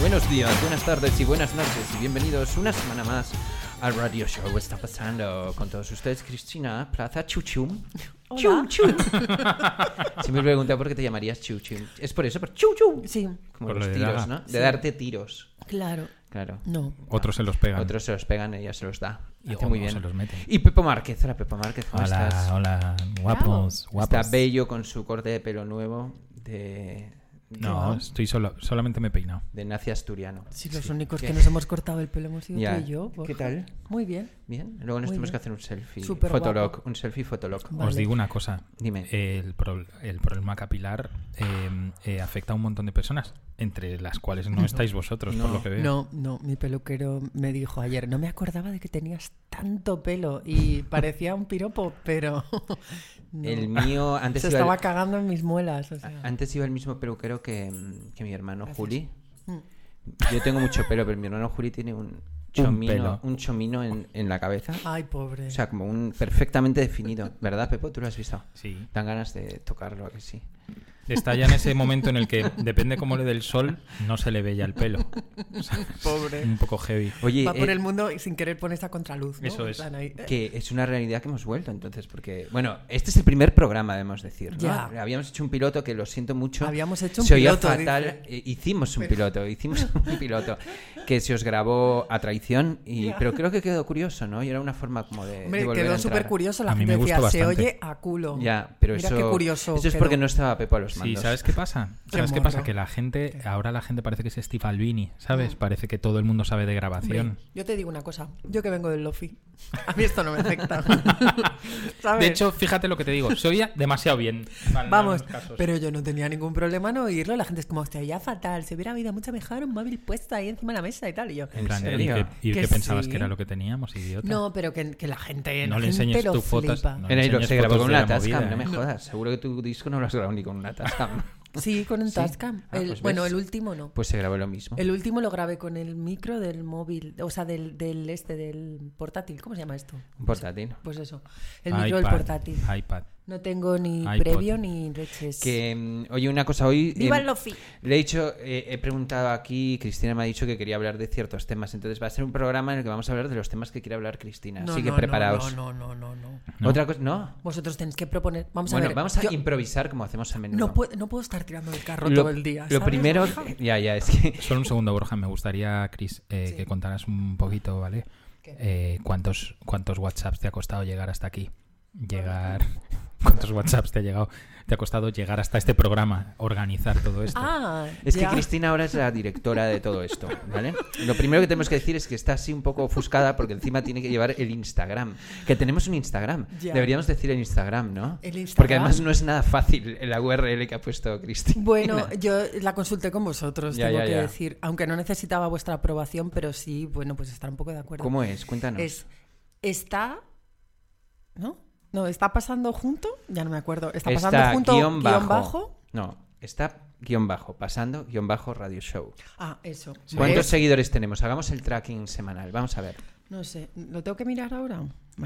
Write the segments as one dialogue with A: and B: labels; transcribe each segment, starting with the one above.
A: Buenos días, buenas tardes y buenas noches y bienvenidos una semana más al Radio Show Está Pasando con todos ustedes Cristina Plaza Chuchum.
B: Hola.
A: Chuchum. Siempre me pregunta por qué te llamarías Chuchum. Es por eso, por Chuchum.
B: Sí,
A: Como
C: Por
A: los
C: lo de
A: tiros,
C: daga.
A: ¿no? De darte tiros.
B: claro.
A: Claro.
B: No.
C: Otros se los pegan.
A: Otros se los pegan, ella se los da.
C: Y
A: Hace
C: o
A: muy
C: no
A: bien.
C: se los meten.
A: Y Pepo Márquez, hola Pepo Márquez, ¿cómo
C: Hola, Pues-
A: estás?
C: hola, guapos, guapos.
A: Está bello con su corte de pelo nuevo de,
C: No, estoy solo, solamente me he peinado.
A: de nazi asturiano.
B: Si los únicos
A: ¿Qué?
B: que nos hemos cortado el pelo hemos sido
A: Ya.
B: tú y yo.
A: ¿Qué tal?
B: Muy bien.
A: Bien, luego nos
B: Muy
A: tenemos
B: bien.
A: que hacer un selfie.
B: Súper
A: fotolog,
B: guapo.
A: un selfie fotolog.
B: Vale.
C: Os digo una cosa.
A: Dime.
C: El, pro- el problema capilar eh, eh, afecta a un montón de personas, entre las cuales no estáis vosotros,
A: No.
C: por lo que veo.
B: No, no, mi peluquero me dijo ayer, no me acordaba de que tenías tanto pelo y parecía un piropo, pero no.
A: El mío antes
B: se
A: iba,
B: estaba
A: al-
B: cagando en mis muelas. o sea.
A: antes iba el mismo peluquero que, mm, que mi hermano Juli.
B: Mm.
A: Yo tengo mucho pelo, pero mi hermano Juli tiene un chomino,
C: pelo.
A: un, chomino en, en la cabeza.
B: Ay, pobre.
A: O sea, como un perfectamente definido. ¿Verdad, Pepo? ¿Tú lo has visto?
C: Sí.
A: Dan ganas de tocarlo, ¿a que sí.
C: Está ya en ese momento en el que, depende cómo le dé el sol, no se le ve ya el pelo. O sea,
B: pobre.
C: un poco heavy.
A: Oye,
B: Va por
A: eh,
B: el mundo y sin querer pones a contraluz. ¿no?
C: Eso
B: En
C: es.
B: plan ahí, eh.
A: que es una realidad que hemos vuelto entonces, porque, bueno, este es el primer programa, debemos decir. ¿no?
B: Ya.
A: Habíamos hecho un piloto que lo siento mucho.
B: Habíamos hecho un
A: se oía
B: piloto,
A: fatal. Eh, Hicimos un piloto, hicimos un piloto que se os grabó a traición, y,
B: Ya.
A: pero creo que quedó curioso, ¿no? Y era una forma como de. de
B: Hombre,
A: volver a
B: quedó
A: entrar.
B: súper curioso. La
C: A mí
B: gente
C: me
B: decía,
C: gustó
B: se
C: bastante".
B: oye a culo.
A: Ya, pero
B: Mira
A: eso.
B: qué curioso.
A: eso es
B: pero-
A: porque no estaba Pepo a los
C: Sí,
A: mandos.
C: ¿sabes qué pasa?
B: Qué
C: ¿Sabes qué
B: morro.
C: pasa? Que la gente, ahora la gente parece que es Steve Albini, ¿sabes?
B: Mm.
C: Parece que todo el mundo sabe de grabación.
B: Yo te digo una cosa, yo que vengo del lofi, a mí esto no me afecta. ¿Sabes?
C: De hecho, fíjate lo que te digo, se oía demasiado bien. Vale,
B: vamos,
C: en casos.
B: pero yo no tenía ningún problema en oírlo, la gente es como, hostia, ya fatal, se hubiera habido mucho mejor un móvil puesto ahí encima de la mesa y tal, y yo...
A: ¿En
C: En plan, ¿y
A: serio?
C: qué, y
B: Que
C: qué pensabas
B: sí.
C: que era lo que teníamos, idiota?
B: No, pero que, que la gente
C: No
B: la
C: le
B: gente
C: enseñes
B: lo
C: tus fotos,
B: flipa.
C: no.
A: Mira, y lo-
C: enseñas
A: se grabó
C: fotos
A: con
C: de
A: una
C: la
A: Tascam,
C: movida,
A: no me
C: ¿eh?
A: jodas. Seguro que tu disco no lo has grabado ni con una Tascam.
B: Sí, con un
A: Sí.
B: Tascam.
A: Ah,
B: El-
A: pues
B: bueno,
A: ves.
B: el último no.
A: Pues se grabó lo mismo.
B: El último lo grabé con el micro del móvil, o sea, del, del este, del portátil, ¿cómo se llama esto?
A: Un portátil.
B: Pues eso, el micro del
C: iPad,
B: portátil.
C: iPad.
B: No tengo ni
C: iPod.
B: previo ni leches.
A: Que, mm, oye, una cosa hoy.
B: ¡Viva
A: em,
B: el lofi!
A: Le he dicho, eh, he preguntado aquí, Cristina me ha dicho que quería hablar de ciertos temas, entonces va a ser un programa en el que vamos a hablar de los temas que quiere hablar Cristina, así que preparaos.
B: No, no, no, no, no.
C: no.
A: Otra cosa, no.
B: Vosotros tenéis que proponer. Vamos
A: bueno,
B: a ver.
A: vamos a
B: yo
A: improvisar como hacemos a menudo.
B: no, puedo, no puedo estar tirando el carro
A: lo,
B: todo el día.
A: Lo
B: ¿sabes,
A: primero,
B: Borja?
A: ya, ya, es que
C: Solo un segundo, Borja, me gustaría, Chris, eh, que contaras un poquito, ¿vale?
B: ¿Qué?
C: Eh, ¿cuántos, ¿Cuántos WhatsApps te ha costado llegar hasta aquí? Llegar... ¿Cuántos WhatsApps te ha llegado? Te ha costado llegar hasta este programa, organizar todo esto.
B: Ah,
A: es
B: ya.
A: que Cristina ahora es la directora de todo esto, ¿vale? Lo primero que tenemos que decir es que está así un poco ofuscada porque encima tiene que llevar el Instagram, que tenemos un Instagram.
B: Ya.
A: Deberíamos decir el Instagram, ¿no?
B: El
A: Porque
B: Instagram.
A: además no es nada fácil la URL que ha puesto Cristina.
B: Bueno, yo la consulté con vosotros,
A: Ya,
B: tengo
A: ya,
B: que
A: ya.
B: decir. Aunque no necesitaba vuestra aprobación, pero sí, bueno, pues estar un poco de acuerdo.
A: ¿Cómo es? Cuéntanos.
B: Es. Está. ¿No? No, está pasando junto. Ya no me acuerdo. Está pasando junto.
A: guión bajo. No, está guión bajo, pasando guión bajo radio show.
B: Ah, eso.
A: ¿Cuántos
B: ¿Ves?
A: seguidores tenemos? Hagamos el tracking semanal, vamos a ver.
B: No sé. ¿Lo tengo que mirar ahora?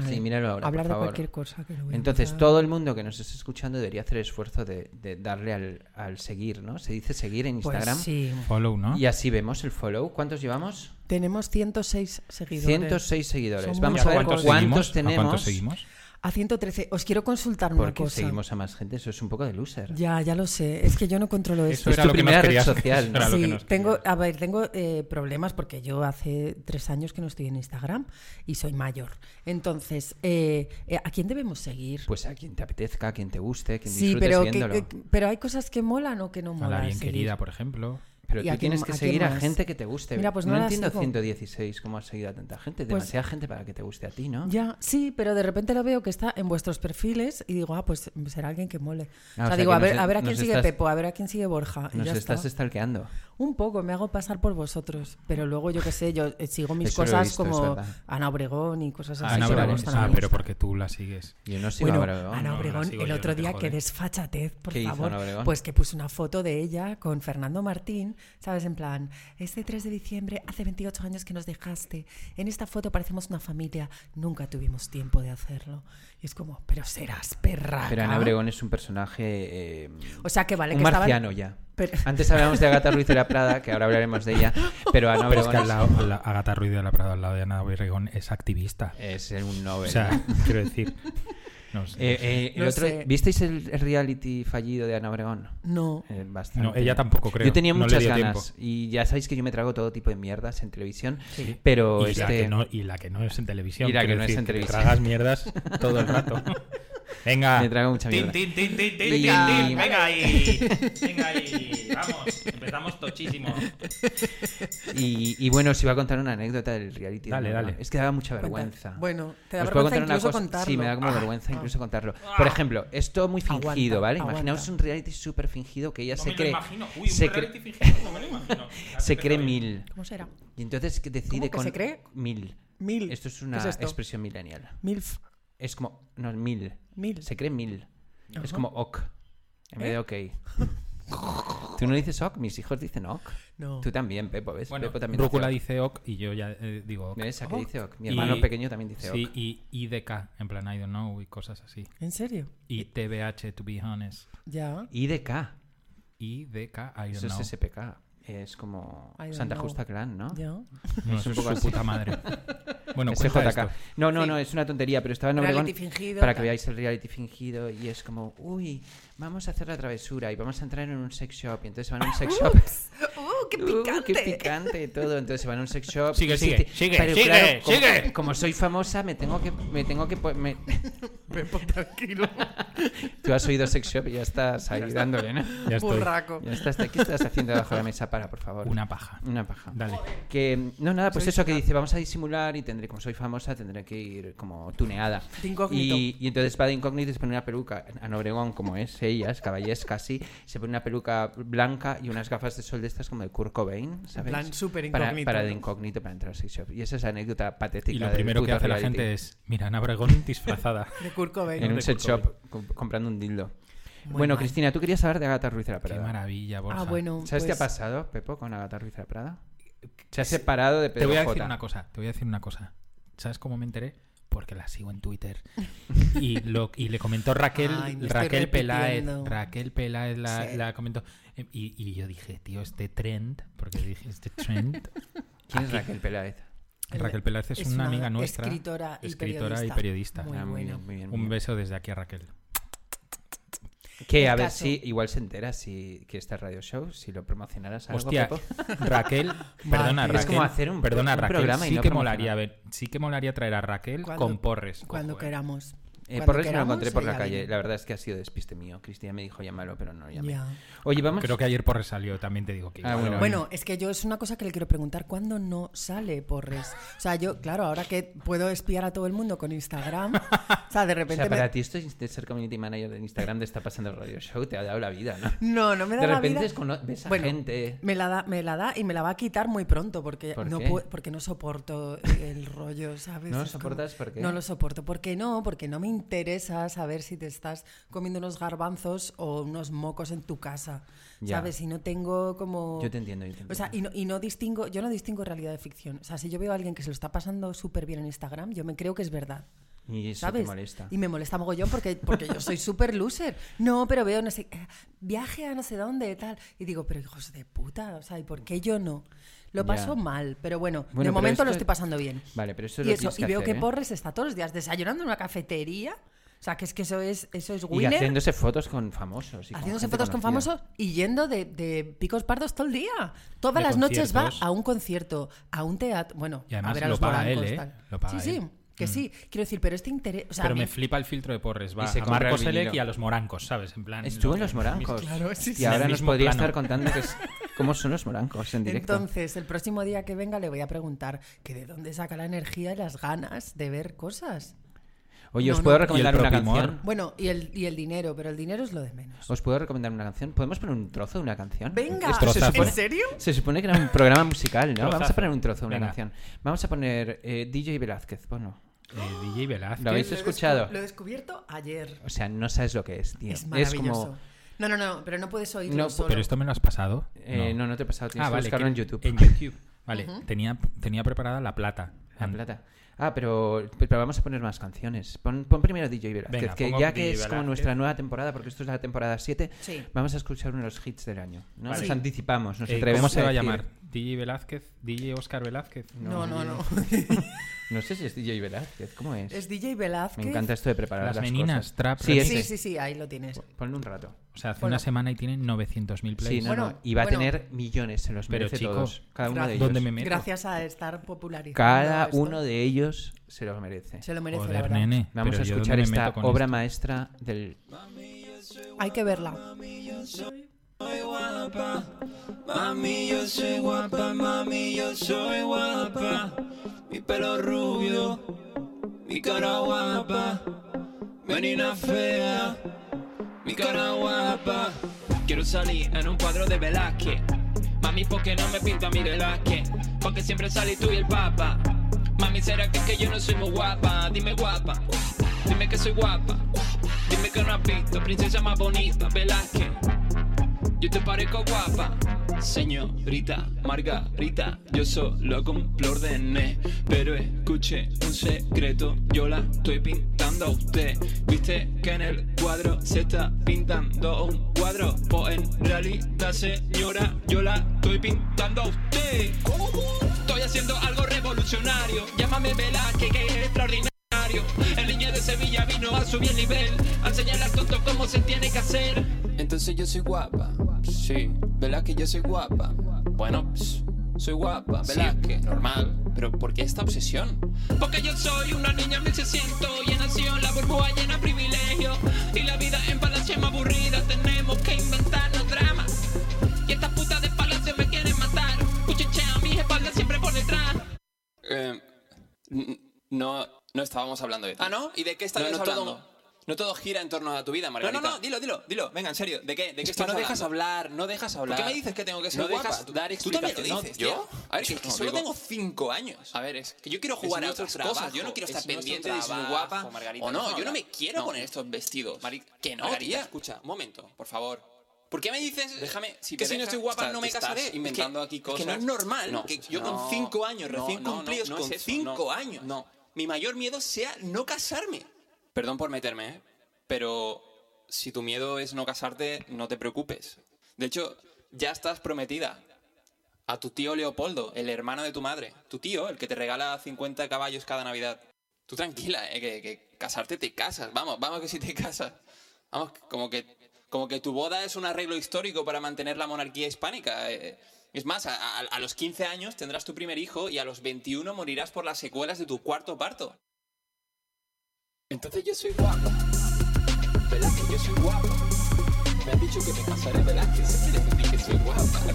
A: Sí, míralo ahora,
B: Hablar
A: por
B: de
A: favor.
B: cualquier cosa. Que lo voy a
A: Entonces,
B: mirar.
A: todo el mundo que nos esté escuchando debería hacer el esfuerzo de, de darle al, al seguir, ¿no? Se dice seguir en
B: Pues
A: Instagram.
B: sí.
C: Follow, ¿no?
A: Y así vemos el follow. ¿Cuántos llevamos?
B: Tenemos 106 seguidores.
A: 106 seguidores.
B: Son
A: Vamos
B: muchos.
A: a ver
B: ¿Cuántos
A: cuántos,
C: seguimos? ¿A
A: tenemos.
C: cuántos seguimos?
B: A 113. Os quiero consultar una
A: Porque
B: cosa.
A: seguimos a más gente, eso es un poco de loser.
B: Ya, ya lo sé. Es que yo no controlo
C: Eso
B: eso.
A: Es
C: era
A: tu
C: lo que nos
A: primera red
C: querías-
A: social,
C: eso
A: ¿no?
C: era lo que
B: Sí,
C: nos
B: tengo,
C: querías.
B: a ver, tengo eh, problemas porque yo hace tres años que no estoy en Instagram y soy mayor. Entonces, eh, eh, ¿a quién debemos seguir?
A: Pues a quien te apetezca, a quien te guste, a quien
B: sí,
A: disfrutes
B: pero, que-
A: viéndolo.
B: que- pero hay cosas que molan o que no
C: A
B: molan.
C: la bien
B: seguir.
C: querida, por ejemplo.
A: Pero
B: ¿Y
A: tú
B: a quién
A: tienes
B: ma-
A: que
B: a quién
A: seguir a
B: más?
A: gente que te guste.
B: Mira, pues
A: no,
B: no la
A: entiendo
B: sigo.
A: 116 cómo has seguido a tanta gente.
B: Pues-
A: Demasiada gente para que te guste a ti, ¿no?
B: Ya, sí, pero de repente lo veo que está en vuestros perfiles y digo, ah, pues será alguien que mole. o sea,
A: Ah, o sea,
B: digo,
A: que
B: a ver,
A: nos- e-,
B: a ver a quién
A: nos
B: sigue
A: estás-
B: Pepo, a ver a quién sigue Borja. y
A: Nos
B: ya
A: estás
B: está.
A: estalqueando.
B: Un poco, me hago pasar por vosotros, pero luego yo qué sé, yo eh, sigo mis
A: Eso lo he
B: cosas
A: visto, es
B: como
A: verdad.
B: Ana Obregón y cosas así.
C: Ana
B: que me
C: Obregón.
B: gustan a
C: Ah,
B: mí.
C: pero porque tú la sigues.
A: Yo no sigo
B: Bueno,
A: a Obregón.
B: Ana
C: no,
B: Obregón,
C: la sigo
B: el
C: yo,
B: otro
C: no te
B: día,
C: jode.
B: que desfachatez, por
A: ¿Qué hizo
B: favor.
A: Ana Obregón?
B: Pues que puso una foto de ella con Fernando Martín ¿Sabes? En plan, este 3 de diciembre, hace 28 años que nos dejaste. En esta foto parecemos una familia. Nunca tuvimos tiempo de hacerlo. Y es como, pero serás perra.
A: Pero Ana Obregón es un personaje. eh,
B: O sea que vale
A: un
B: que estaban-
A: marciano ya.
B: Pero-
A: Antes hablábamos de Agatha Ruiz de la Prada, que ahora hablaremos de ella. Ah, Pero Ana
C: Pero es
A: Obregón
C: que al
A: es,
C: lado, al la- Agatha Ruiz de la Prada, al lado de Ana Obregón, es activista.
A: es un
C: O
A: Nobel.
C: sea, quiero decir. no sé.
A: Eh, eh, el
B: No
A: otro-
B: sé.
A: ¿Visteis el el reality fallido de Ana Obregón?
B: No.
A: Eh, bastante.
C: No, ella tampoco creo.
A: Yo tenía
C: No le
A: muchas
C: dio
A: ganas
C: tiempo.
A: y ya sabéis que yo me trago todo tipo de mierdas en televisión,
B: Sí.
A: pero
C: y, la
A: este
C: que no, y la que no es en televisión.
A: Y la que
C: quiero
A: no es
C: decir,
A: en
C: te
A: televisión.
C: tragas mierdas todo el rato. Venga.
A: me trago mucha mierda.
D: Tin, tin, tin, tin, tin,
A: Y-
D: tin. Venga ahí. Venga ahí. Vamos. Empezamos tochísimo.
A: Y, y bueno, os iba a contar una anécdota del reality.
C: Dale,
A: ¿no?
C: dale.
A: Es que daba mucha vergüenza.
B: Cuenta. Bueno, te da
A: Os puedo
B: vergüenza
A: contar una
B: incluso
A: cosa-
B: contarlo.
A: Sí, me da como
B: Ah,
A: vergüenza
B: ah.
A: incluso contarlo. Por ejemplo, esto muy fingido,
B: Aguanta,
A: ¿vale?
B: aguanta.
A: Imaginaos un reality súper fingido que ella
D: No
A: se
D: me
A: cree.
D: lo imagino. Uy, un
A: se cree-
D: reality fingido, no me lo imagino.
A: se cree
D: Empezó bien.
A: mil.
B: ¿Cómo será?
A: Y entonces que decide
B: ¿Cómo que
A: con.
B: se cree?
A: Mil.
B: Mil.
A: Esto es una
B: ¿Qué esto?
A: expresión milenial.
B: Milf.
A: Es como. No, mil.
B: Mil.
A: Se cree mil. Es
B: Ajá.
A: como ok. En vez de ok.
B: ¿Eh?
A: Tú no dices ok, mis hijos dicen ok.
B: No.
A: Tú también, Pepo, ¿ves?
C: Bueno,
A: Pepo también
C: Rúcula
A: dice
C: dice ok y yo ya eh, digo
A: ok.
C: ok.
A: ¿Ves? ¿A qué dice ok? Mi
C: Y-
A: hermano pequeño también dice
C: Sí,
A: ok.
C: y IDK, en plan I don't know y cosas así.
B: ¿En serio?
C: Y TBH, to be honest.
B: Ya.
A: IDK.
C: IDK, I don't
A: Eso
C: know.
A: es SPK. Es como
B: I don't
A: Santa
B: know.
A: Justa Clan, ¿no?
B: Ya.
C: No,
A: Es
C: eso
A: un
C: es
A: poco
C: su
A: así.
C: puta madre. Bueno,
A: SJK.
C: cuenta esto.
A: No, no, no, es una tontería, pero estaba en Obregón
B: Reality fingido,
A: para que
B: tal.
A: veáis el reality fingido y es como, uy, vamos a hacer la travesura y vamos a entrar en un sex shop. Y entonces se van a un sex shop.
B: ¡Uh, qué
A: Uh,
B: picante!
A: ¡Qué picante todo! Entonces se van a un sex shop.
C: Sigue,
A: y
C: sigue,
A: dice,
C: sigue,
A: "Pero
C: sigue,
A: claro, como-
C: sigue".
A: Como, soy famosa, me tengo que. Me tengo que po- me-
B: Pepo,
C: pues,
B: tranquilo.
A: Tú has oído sex shop y ya estás ahí dándole, ¿no?
C: Ya estoy.
B: Burraco.
A: Ya estás, ¿Qué estás haciendo bajo la mesa? Para, por favor.
C: Una paja.
A: Una paja.
C: Dale.
A: Que, mm, no, nada, pues eso que dice, vamos a disimular y tendré, como soy famosa, tendré que ir como tuneada.
B: De incógnito.
A: Y, y entonces va de incógnito y se pone una peluca, Ana Obregón, como es ella, es caballesca así, se pone una peluca blanca y unas gafas de sol de estas como de Kurt Cobain, ¿sabes?
B: plan súper
A: Para-
B: incógnito.
A: Para, de incógnito, para entrar al sex shop. Y esa es la anécdota patética.
C: Y lo
A: del
C: primero que
A: puto
C: hace la
A: reality.
C: gente es, mira, Ana Obregón disfrazada.
B: De Kurt Cobain.
A: En un
C: de
A: sex
C: Kurt
A: shop comp- comprando un dildo.
B: Muy
A: bueno,
B: mal.
A: Cristina, tú querías hablar de Agatha Ruiz de la
C: Qué
A: Prada.
C: maravilla, Borja.
B: Ah, bueno.
A: ¿Sabes qué ha
B: pues,
A: pasado, Pepo, con Agatha Ruiz de la Prada? Se ha separado de
C: Te
A: Pedro
C: voy a decir
A: J.
C: una cosa, te voy a decir una cosa. ¿Sabes cómo me enteré? Porque la sigo en Twitter. Y, lo, y le comentó Raquel,
B: Ay, me estoy
C: Raquel Peláez.
B: repitiendo.
C: Raquel Peláez la,
B: Sí.
C: la comentó. Eh, Y, y yo dije, tío, este trend, porque dije, este trend.
A: ¿Quién es Raquel Peláez?
C: Raquel Peláez es, una, amiga nuestra.
B: Escritora y
C: escritora y periodista.
B: periodista. Muy
A: Ah, muy
B: buena.
A: bien, muy bien, muy
C: Un
A: bien.
C: beso desde aquí a Raquel.
A: Que
B: El
A: a ver
B: caso.
A: si igual se entera si que este radio show, si lo promocionaras algo,
C: Hostia,
A: Pepo.
C: Raquel, perdona,
B: Es
C: Raquel,
A: como hacer un-
C: perdona,
A: un
C: Raquel,
A: programa y
C: sí
A: no
C: que
A: promocionar.
C: molaría ver, sí que molaría traer a Raquel
B: Cuando-
C: con porres.
B: Cuando
C: Ojo, eh.
B: queramos.
A: Eh,
B: Cuando
A: Porres me lo
B: queramos,
A: encontré por la
B: ella
A: calle.
B: viene.
A: La verdad es que ha sido despiste mío. Cristina me dijo llámalo, pero no lo llamé.
B: Ya.
A: Oye, vamos.
C: Creo que ayer porres salió, también te digo que.
A: Ah,
C: igual
A: bueno.
C: hoy-
B: Bueno, es que yo es una cosa que le quiero preguntar, ¿cuándo no sale Porres? O sea, yo, claro, ahora que puedo espiar a todo el mundo con Instagram, o sea, de
A: o
B: repente...
A: sea,
B: me-
A: para ti esto de ser community manager de Instagram de Está Pasando el Radio Show te ha dado la vida, ¿no?
B: No, no me da
A: De
B: la
A: repente
B: vida.
A: es cono- ves a
B: Bueno,
A: gente.
B: Me la, da, me la da y me la va a quitar muy pronto porque,
A: ¿Por
B: no,
A: qué?
B: pu- porque no soporto el rollo, ¿sabes?
A: ¿No lo
B: Es como-
A: soportas? ¿Por qué?
B: No lo soporto. ¿Por qué no? Porque no me interesa saber si te estás comiendo unos garbanzos o unos mocos en tu casa,
A: Ya.
B: ¿sabes? Y no tengo como...
A: Yo te entiendo, yo te
B: O sea,
A: entiendo.
B: y no, y no distingo, yo no distingo realidad de ficción. O sea, si yo veo a alguien que se lo está pasando súper bien en Instagram, yo me creo que es verdad.
A: Y eso
B: ¿Sabes?
A: te molesta.
B: Y me molesta mogollón porque, porque yo soy súper loser. No, pero veo, no sé, eh, viaje a no sé dónde, tal. Y digo, pero hijos de puta, o sea, ¿y por qué yo no? Lo
A: Ya.
B: paso mal, pero bueno,
A: Bueno,
B: de
A: pero
B: momento lo
A: esto-
B: estoy pasando bien.
A: Vale, pero eso es
B: Y,
A: lo
B: eso,
A: tienes
B: y veo
A: hacer,
B: que
A: ¿eh?
B: Porres está todos los días desayunando en una cafetería. O sea, que es que eso es, eso es
A: Y
B: Wheeler.
A: haciéndose fotos con famosos. y con
B: Haciéndose
A: gente
B: fotos con
A: conocida.
B: famosos y yendo de, de picos pardos todo el día. Todas
C: De
B: las noches va
C: conciertos.
B: a un concierto, a un teatro. Bueno,
C: Y además
B: a ver a
C: lo
B: los
C: paga
B: Polanco,
C: él, ¿eh?
B: tal.
C: Lo paga
B: sí,
C: él. Mm.
B: sí, que sí. Quiero decir, pero este interés. O sea,
C: Pero
B: a mí-
C: me flipa el filtro de porres, va.
A: Y se
C: a
A: compra el
C: Marcos Selec
A: vinilo.
C: y a los morancos, ¿sabes? En plan.
A: Estuvo en los morancos.
B: Claro, sí,
A: Y
B: sí.
A: ahora
C: En el
A: nos
C: mismo
A: podría
C: plano.
A: estar contando que es- cómo son los morancos en directo.
B: Entonces, el próximo día que venga le voy a preguntar que de dónde saca la energía y las ganas de ver cosas.
A: Oye,
B: No,
A: ¿os
B: no.
A: puedo
B: ¿Y el
A: recomendar una
C: Propimor?
A: canción?
B: Bueno, y el, y el dinero, pero el dinero es lo de menos.
A: ¿Os puedo recomendar una canción? ¿Podemos poner un trozo de una canción?
B: Venga,
A: Esto se
C: Trozazo.
A: supone,
B: ¿en serio?
A: se supone que era un programa musical, ¿no? Vamos a
C: Trozazo.
A: poner un trozo de una
C: Venga.
A: canción. Vamos a poner eh, DJ Velázquez. Bueno,
C: Eh, DJ Velázquez.
A: ¿Lo habéis
B: Lo he
A: escuchado?
B: descu- Lo he descubierto ayer.
A: o sea, no sabes lo que es, tío.
B: Es maravilloso.
A: como
B: No, no, no, pero no puedes oírlo
A: No,
B: solo.
C: Pero esto me lo has pasado.
A: Eh, no. no, te he pasado. Tienes
C: Ah,
A: que
C: vale.
A: buscarlo
C: que-
A: en YouTube.
C: En YouTube. Vale, tenía, tenía preparada la plata.
A: La plata. Ah, pero, pero vamos a poner más canciones. Pon, pon primero DJ Velázquez,
C: Venga,
A: que
C: pongo
A: ya que
C: DJ
A: es como
C: Velázquez.
A: nuestra nueva temporada, porque esto es la temporada 7,
B: Sí.
A: vamos a escuchar uno de los hits del año. ¿no?
D: Vale.
A: Nos
D: Sí.
A: anticipamos, nos
C: Eh,
A: atrevemos
C: ¿Cómo se va a
A: decir-
C: llamar? DJ Velázquez, DJ Oscar Velázquez.
B: No, no, no.
A: No sé si es DJ Velázquez, ¿cómo es?
B: es DJ Velázquez.
A: Me encanta este esto de preparar
C: Las
A: las
C: meninas,
A: cosas.
C: trap,
A: Sí,
C: remix.
A: ese.
B: Sí, sí, sí, ahí lo tienes.
A: Ponle un rato.
C: O sea, hace
B: Bueno.
C: una semana y tiene 900.000
A: Sí,
C: plays.
A: no,
B: Bueno,
A: no. Y va
B: bueno.
A: a tener millones, se los
C: Pero,
A: merece
C: chico,
A: todos. Cada uno de
B: gracias.
A: ellos.
C: ¿Dónde me meto?
B: Gracias a estar popularizando.
A: Cada
B: esto.
A: uno de ellos se los merece.
B: Se lo merece, la
C: Joder,
B: verdad.
C: nene.
A: Vamos
C: pero
A: a
C: yo
A: escuchar
C: ¿dónde me
A: esta
C: meto con
A: obra
C: esto?
A: maestra del
B: Hay que verla.
E: Mami, yo soy guapa, mami, yo soy guapa. Mi pelo rubio, mi cara guapa. Menina fea, mi cara guapa. Quiero salir en un cuadro de Velázquez. Mami, ¿por qué no me pinta mi Velázquez? Porque siempre salí tú y el papa. Mami, ¿será que, es que yo no soy muy guapa? Dime guapa, dime que soy guapa. Dime que no has visto, princesa más bonita, Velázquez. Yo te parezco guapa, señorita Margarita. Yo solo cumplo ordenes, E, pero escuche un secreto. Yo la estoy pintando a usted. Viste que en el cuadro se está pintando un cuadro. Pues en realidad, señora, yo la estoy pintando a usted. Estoy haciendo algo revolucionario. Llámame Velázquez, que es extraordinario. El niño de Sevilla vino a subir el nivel, a enseñar al tonto cómo se tiene que hacer. Entonces yo soy guapa, sí, ¿verdad que yo soy guapa? Bueno, ps, soy guapa, ¿verdad que normal? Pero ¿por qué esta obsesión? Porque yo soy una niña 1600 y nació la burbuja llena de privilegios y la vida en palacio es más aburrida. Tenemos que inventarnos dramas y estas putas de palacio me quieren matar. Cuchichea a mis espaldas siempre por detrás. Eh, N- No, no estábamos hablando de ti.
F: Ah, ¿no? ¿Y de qué estabas
E: no, no
F: hablando?
E: Todo, no todo gira en torno a tu vida,
F: no,
E: Margarita.
F: no, no, dilo, dilo, dilo. Venga, en serio, ¿de qué? ¿De qué
E: Es que
F: estás
E: no
F: hablando?
E: dejas hablar, no dejas hablar.
F: ¿Por qué me dices que tengo que ser
E: No
F: guapa?
E: dejas
F: Tú-
E: dar
F: tú también
E: explicaciones.
F: lo dices,
E: ¿Yo?
F: tío. A ver, que,
E: Yo
F: es que
E: no
F: solo
E: digo-
F: tengo cinco años.
E: A ver, es
F: que yo quiero
E: es
F: jugar a
E: nuestro
F: otras
E: trabajo,
F: cosas. Yo no quiero estar
E: es nuestro
F: pendiente de si soy
E: trabajo,
F: guapa
E: Margarita,
F: o
E: no
F: no. yo
E: habla.
F: no me quiero
E: No.
F: poner estos vestidos.
E: Mari-
F: que no,
E: Margarita,
F: tía.
E: escucha, un momento.
F: Por favor. ¿Por qué me dices
E: Déjame, si
F: que
E: me
F: si no
E: dejas,
F: estoy guapa
E: está-
F: no
E: te
F: me
E: estás
F: casaré? Es que-
E: inventando aquí
F: Es que no
E: cosas.
F: es normal
E: No,
F: que yo
E: no,
F: con cinco años,
E: no,
F: recién
E: no, no,
F: cumplidos,
E: no es
F: con
E: eso,
F: cinco
E: no,
F: años,
E: no.
F: mi mayor miedo sea no casarme.
E: Perdón por meterme, ¿eh? pero si tu miedo es no casarte, no te preocupes. De hecho, ya estás prometida a tu tío Leopoldo, el hermano de tu madre. Tu tío, el que te regala 50 caballos cada Navidad. Tú tranquila, ¿eh? que, que casarte te casas. Vamos, vamos que si te casas. Vamos, como que, como que tu boda es un arreglo histórico para mantener la monarquía hispánica. eh. Es más, a, a- a los 15 años tendrás tu primer hijo y a los 21 morirás por las secuelas de tu cuarto parto.
F: Entonces yo soy guapa. ¿Verdad que yo soy guapa? Me han dicho que me casaré, ¿verdad? Que siempre entendí que soy guapa.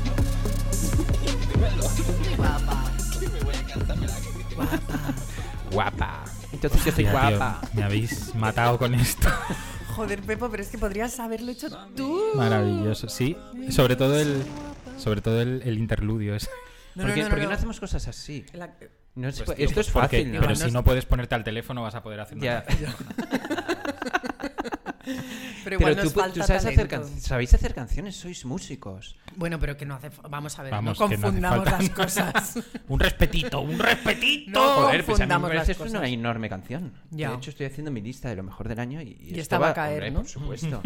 F: Dímelo.
B: Guapa.
F: Que me voy a casar, ¿verdad? Que- que-
A: Guapa. Entonces yo soy
C: Hostia, tío,
A: guapa.
C: me habéis matado con esto.
B: Joder, Pepo, pero es que podrías haberlo hecho tú.
C: Maravilloso. Sí, sobre todo el, sobre todo el, el interludio ese.
B: No,
A: ¿Por qué
B: no, no,
A: por qué
B: no.
A: no hacemos cosas así?
B: La-
A: No se
C: Pues,
A: puede-
C: tío,
A: Esto es
C: porque-
A: fácil, ¿no?
C: Pero si no puedes ponerte al teléfono vas a poder hacer una
A: Ya.
B: Pero igual
A: Pero
B: nos
A: tú, tú
B: falta
A: sabes hacer
B: talento.
A: can- sabéis hacer canciones, sois músicos.
B: Bueno, pero que no hace. fa- Vamos a ver,
C: Vamos,
B: no
C: que no hace
B: confundamos
C: falta.
B: las cosas.
C: Un respetito, un respetito.
B: No
A: Joder, pues a mí me
B: confundamos
A: parece
B: las
A: esto
B: cosas.
A: una enorme canción.
B: Ya.
A: De hecho, estoy haciendo mi lista de lo mejor del año y, y esto
B: Y esta va a
A: va-
B: caer,
A: hombre,
B: ¿no?
A: Por supuesto.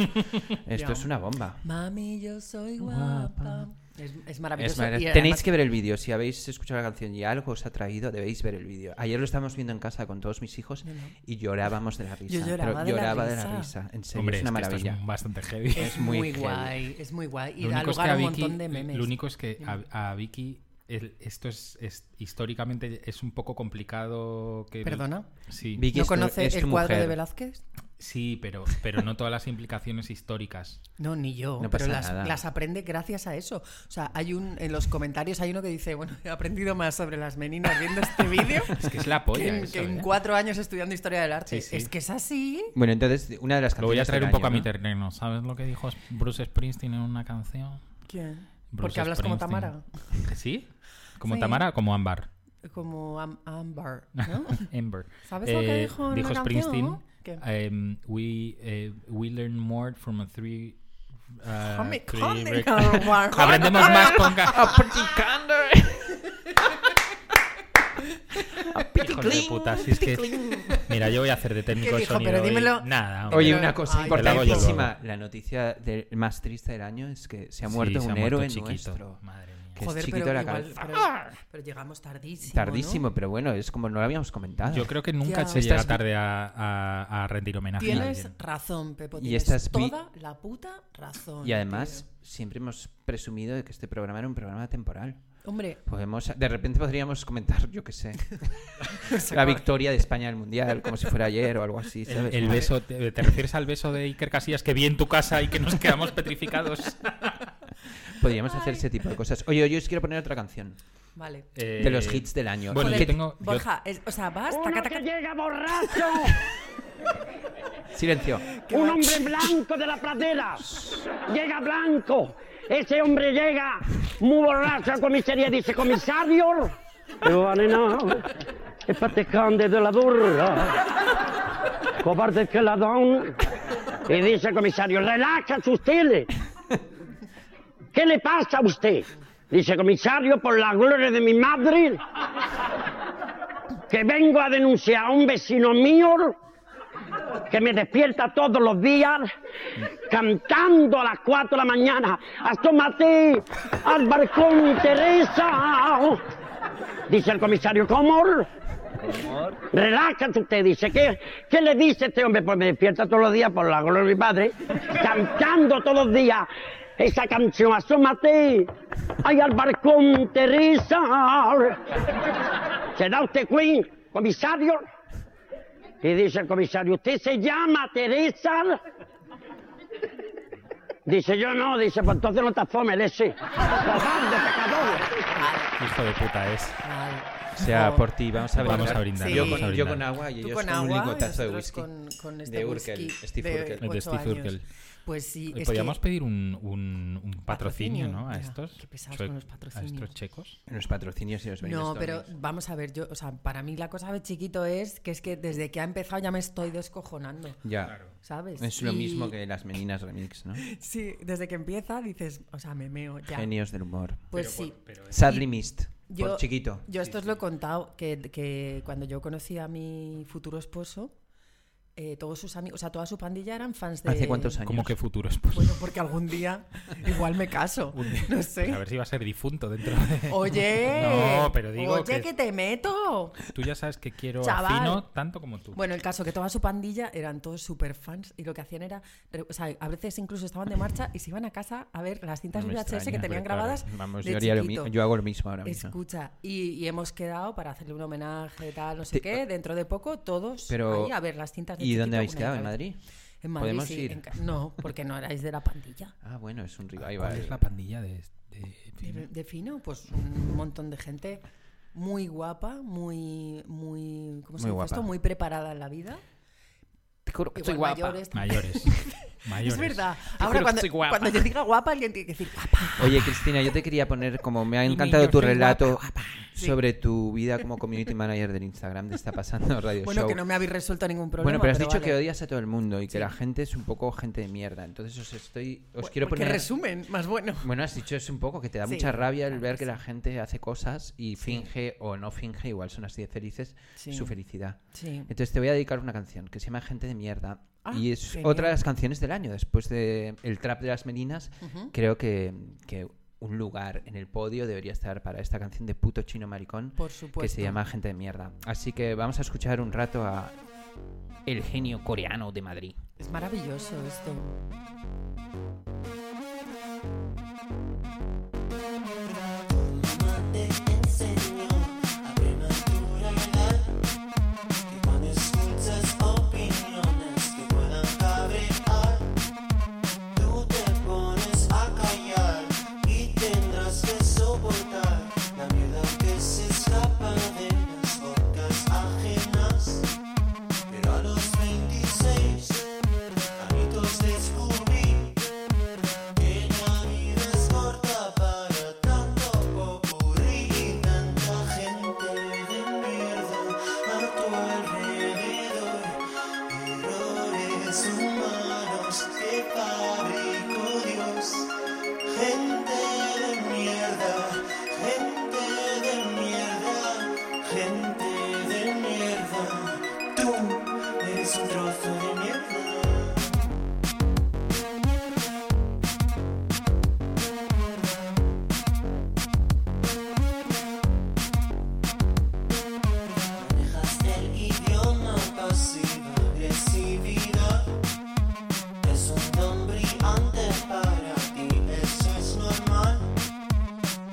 A: Esto
B: Ya.
A: es una bomba.
B: Mami, yo soy guapa. Es, es maravilloso.
A: Es marav-
B: Pues Y
A: Tenéis
B: además-
A: que ver el vídeo. Si habéis escuchado la canción y algo os ha traído, debéis ver el vídeo. Ayer lo estábamos viendo en casa con todos mis hijos y llorábamos de la risa.
B: Yo lloraba
A: pero
B: de la
A: lloraba de
B: risa.
A: la risa. En serio,
C: Hombre,
A: es una
C: es que esto
A: maravilla.
C: es bastante heavy.
B: Es
A: es muy
B: muy,
A: heavy.
B: guay, es muy guay. Y
C: Lo
B: da
C: único, es que
B: lugar a
C: a
B: un
C: Vicky,
B: montón de memes.
C: lo único es que a, a Vicky el- esto es, es- históricamente es un poco complicado que
B: Perdona.
C: sí
A: Vicky
B: ¿No
A: es tu-
B: conoce
A: es tu
B: el cuadro de
A: mujer.
B: Velázquez?
C: sí pero pero no todas las implicaciones históricas
B: No, ni yo,
A: No
B: pero
A: pasa
B: las,
A: nada.
B: las aprende gracias a eso. O sea, hay un en los comentarios hay uno que dice, bueno, he aprendido más sobre las meninas viendo este vídeo
C: es que es la polla
B: que, en,
C: eso,
B: que en
C: ¿eh?
B: cuatro años estudiando historia del arte.
C: Sí, sí.
B: Es que es así.
A: Bueno, entonces, una de las
C: lo
A: canciones.
C: voy a traer
A: del
C: un poco
A: año,
C: a mi
A: ¿no?
C: terreno sabes lo que dijo Bruce Springsteen en una canción
B: ¿Quién?
C: Bruce
B: Porque hablas como Tamara,
C: Springsteen. sí como
B: Sí.
C: Tamara o como Ámbar
B: como Am- Amber, ¿no?
C: Amber. Eh,
B: ¿Sabes lo que dijo en la canción,
C: Springsteen,
B: no? ¿Qué?
C: em, we, eh, we learn more from a three
A: Ah,
C: eh,
B: Comic
C: Three
B: Con,
C: Brick-
B: digo, war-
C: Aprendemos más con Ga- Hijos de puta, si es que- Mira, yo voy a hacer de técnico
B: ¿Qué
C: de
B: dijo?
C: sonido.
B: Pero
C: y
B: dímelo.
C: Nada. hombre.
A: Oye,
B: Pero-
A: una cosa
B: Ay,
C: te la hago yo
A: importantísima.
C: luego.
A: La noticia del- más triste del año es que se ha
C: Sí,
A: muerto
C: se
A: un
C: ha muerto
A: héroe
C: chiquito.
A: nuestro.
C: Madre mía.
A: Que es chiquito la cabeza.
B: pero, pero llegamos tardísimo.
A: Tardísimo,
B: ¿no?
A: pero bueno, es como no lo habíamos comentado.
C: Yo creo que nunca
B: Ya.
C: se
A: Estás
C: llega
A: vi-
C: tarde a, a- a rendir homenaje a
B: Tienes
C: alguien.
B: razón, Pepo.
A: Y
B: Tienes
A: estas vi-
B: toda la puta razón.
A: Y además,
B: tío.
A: siempre hemos presumido de que este programa era un programa temporal.
B: Hombre,
A: Podemos, de repente podríamos comentar, yo qué sé, la
B: sacar-
A: victoria de España en el Mundial, como si fuera ayer o algo así, ¿sabes?
C: El, el beso, te, te refieres al beso de Iker Casillas que vi en tu casa y que nos quedamos petrificados?
A: Podríamos hacer ese tipo de cosas. Oye, yo os quiero poner otra canción
B: Vale.
A: de los hits del año.
C: Eh, bueno,
A: Eh, ¿Qué-
C: yo tengo- yo-
B: Borja, es- o sea, vas, taca, taca,
G: llega borracho,
A: Silencio.
B: que
G: un
B: va-
G: hombre blanco de la pradera, llega blanco, ese hombre llega muy borracho a comisaría, dice, comisario, yo nena, es patecante de la burla, cobarde que la dan, y dice el comisario, relájese usted, ¿qué le pasa a usted? Dice, comisario, por la gloria de mi madre, que vengo a denunciar a un vecino mío que me despierta todos los días cantando a las 4 de la mañana. Asómate al balcón, Teresa. Dice el comisario, ¿cómo? Relájate usted, dice. ¿Qué, ¿Qué le dice este hombre? Pues me despierta todos los días por la gloria de mi padre, cantando todos los días esa canción. Asómate, ay, al balcón, Teresa. ¿Se da usted Queen, comisario? Y dice el comisario, ¿usted se llama Teresa? Dice yo no, dice, pues entonces no está fome, ese. Cobarde, pecador.
C: Hijo de puta es.
B: Vale.
A: O sea, por ti, vamos a brindar.
C: Vamos a brindar,
A: Yo,
B: vamos a
A: con, yo
C: brindar.
A: con agua y
B: Tú
A: ellos
B: con
A: con,
B: agua
A: un
B: y
A: lingotazo de
B: nosotros
A: whisky.
B: Con, con este
A: de
B: whisky
A: Urkel, Steve
B: de
A: Urkel.
B: ocho
C: De Steve
B: años.
C: Urkel.
B: Pues sí, es
C: Podríamos
B: que-
C: pedir un, un- un patrocinio,
B: Patrocinio,
C: ¿no? A
B: ya,
C: estos,
B: qué pesados
C: chue-
B: con los
C: a estos
B: patrocinios.
C: checos.
A: En los patrocinios y los
B: No,
A: brindis
B: pero
A: tonics.
B: vamos a ver, yo, o sea, para mí la cosa de chiquito es que es que desde que ha empezado ya me estoy descojonando,
A: Ya.
B: ¿sabes?
A: Es lo
B: Y-
A: mismo que las meninas remix, ¿no?
B: Sí, desde que empieza dices, o sea, me meo ya.
A: Genios del humor.
B: Pues sí.
A: Sadly
B: Y
A: Missed. por chiquito.
B: Yo esto os lo he contado, que, que cuando yo conocí a mi futuro esposo, eh, todos sus amigos, o sea, toda su pandilla eran fans de...
A: ¿Hace cuántos años?
C: Como que futuro esposo.
B: Bueno, porque algún día igual me caso. No
C: Pues a
B: sé.
C: ver si va a ser difunto dentro de...
B: Oh, Oye,
C: No, pero digo
B: oye,
C: que-
B: que... te meto.
C: Tú ya sabes que quiero
B: Chaval.
C: a Fino tanto como tú.
B: Bueno, el caso que toda su pandilla eran todos super fans y lo que hacían era, re- o sea, a veces incluso estaban de marcha y se iban a casa a ver las cintas
C: No me
B: VHS que
C: extraña,
B: tenían
C: porque, claro,
B: grabadas.
A: Vamos,
B: de
A: yo, haría lo mi-
B: chiquito.
A: yo hago lo mismo ahora mismo.
B: Escucha, y, y hemos quedado para hacerle un homenaje, tal, no
A: Te-
B: sé qué, dentro de poco todos
A: Pero-
B: ahí a ver las cintas de
A: ¿Y dónde
B: chiquito,
A: habéis
B: una
A: quedado?
B: y
A: ¿En
B: otra vez.
A: Madrid?
B: En Madrid,
A: ¿Podemos
B: sí,
A: ir?
B: en ca- no, porque no erais de la pandilla.
A: Ah, bueno, es un revival.
C: ¿Cuál es la pandilla de... de
B: De,
C: Fino?
B: de fino, pues un montón de gente muy guapa, muy, muy, ¿cómo se
A: Muy
B: dice
A: guapa.
B: esto? Muy preparada en la vida.
A: Te juro
B: Igual mayores.
C: Mayores. Mayores.
B: Es verdad.
C: Te juro
B: Ahora
C: que
B: cuando,
C: soy guapa.
B: cuando yo diga guapa, alguien tiene que decir guapa.
A: Oye, Cristina, yo te quería poner, como me ha
C: Y
A: encantado
C: yo
A: tu
C: soy
A: relato
B: Ah,
A: sobre tu vida como community manager del Instagram de Está Pasando Radio
B: Bueno,
A: Show.
B: que no me habéis resuelto ningún problema.
A: bueno, pero has dicho que
B: vale.
A: odias a todo el mundo y que la gente es un poco gente de mierda. Entonces os estoy, os quiero
B: Pues, Porque
A: poner.
B: resumen, más bueno.
A: Bueno, has dicho es un poco que te da
B: Sí,
A: mucha rabia el
B: claro
A: ver
B: que
A: que la gente hace cosas y finge o no finge, igual son así de felices,
B: Sí.
A: su felicidad.
B: Sí.
A: Entonces te voy a dedicar una canción que se llama Gente de Mierda.
B: Ah,
A: y es
B: genial.
A: otra de las canciones del año. Después de El Trap de las Meninas, creo que, que un lugar en el podio debería estar para esta canción de puto chino maricón
B: Por
A: que
B: supuesto.
A: se llama Gente de Mierda. Así que vamos a escuchar un rato a el genio coreano de Madrid.
B: Es maravilloso esto.
H: Tú te pones a callar y tendrás que soportar la mierda que se escapa de las bocas ajenas. Pero a los 26 añitos descubrí que la vida es corta para tanto popurrí y tanta gente de mierda a tu alrededor. Errores humanos que fabricó Dios. un trozo de mierda. Manejas el idioma pasivo agresividad. Es un don brillante para ti, eso es normal.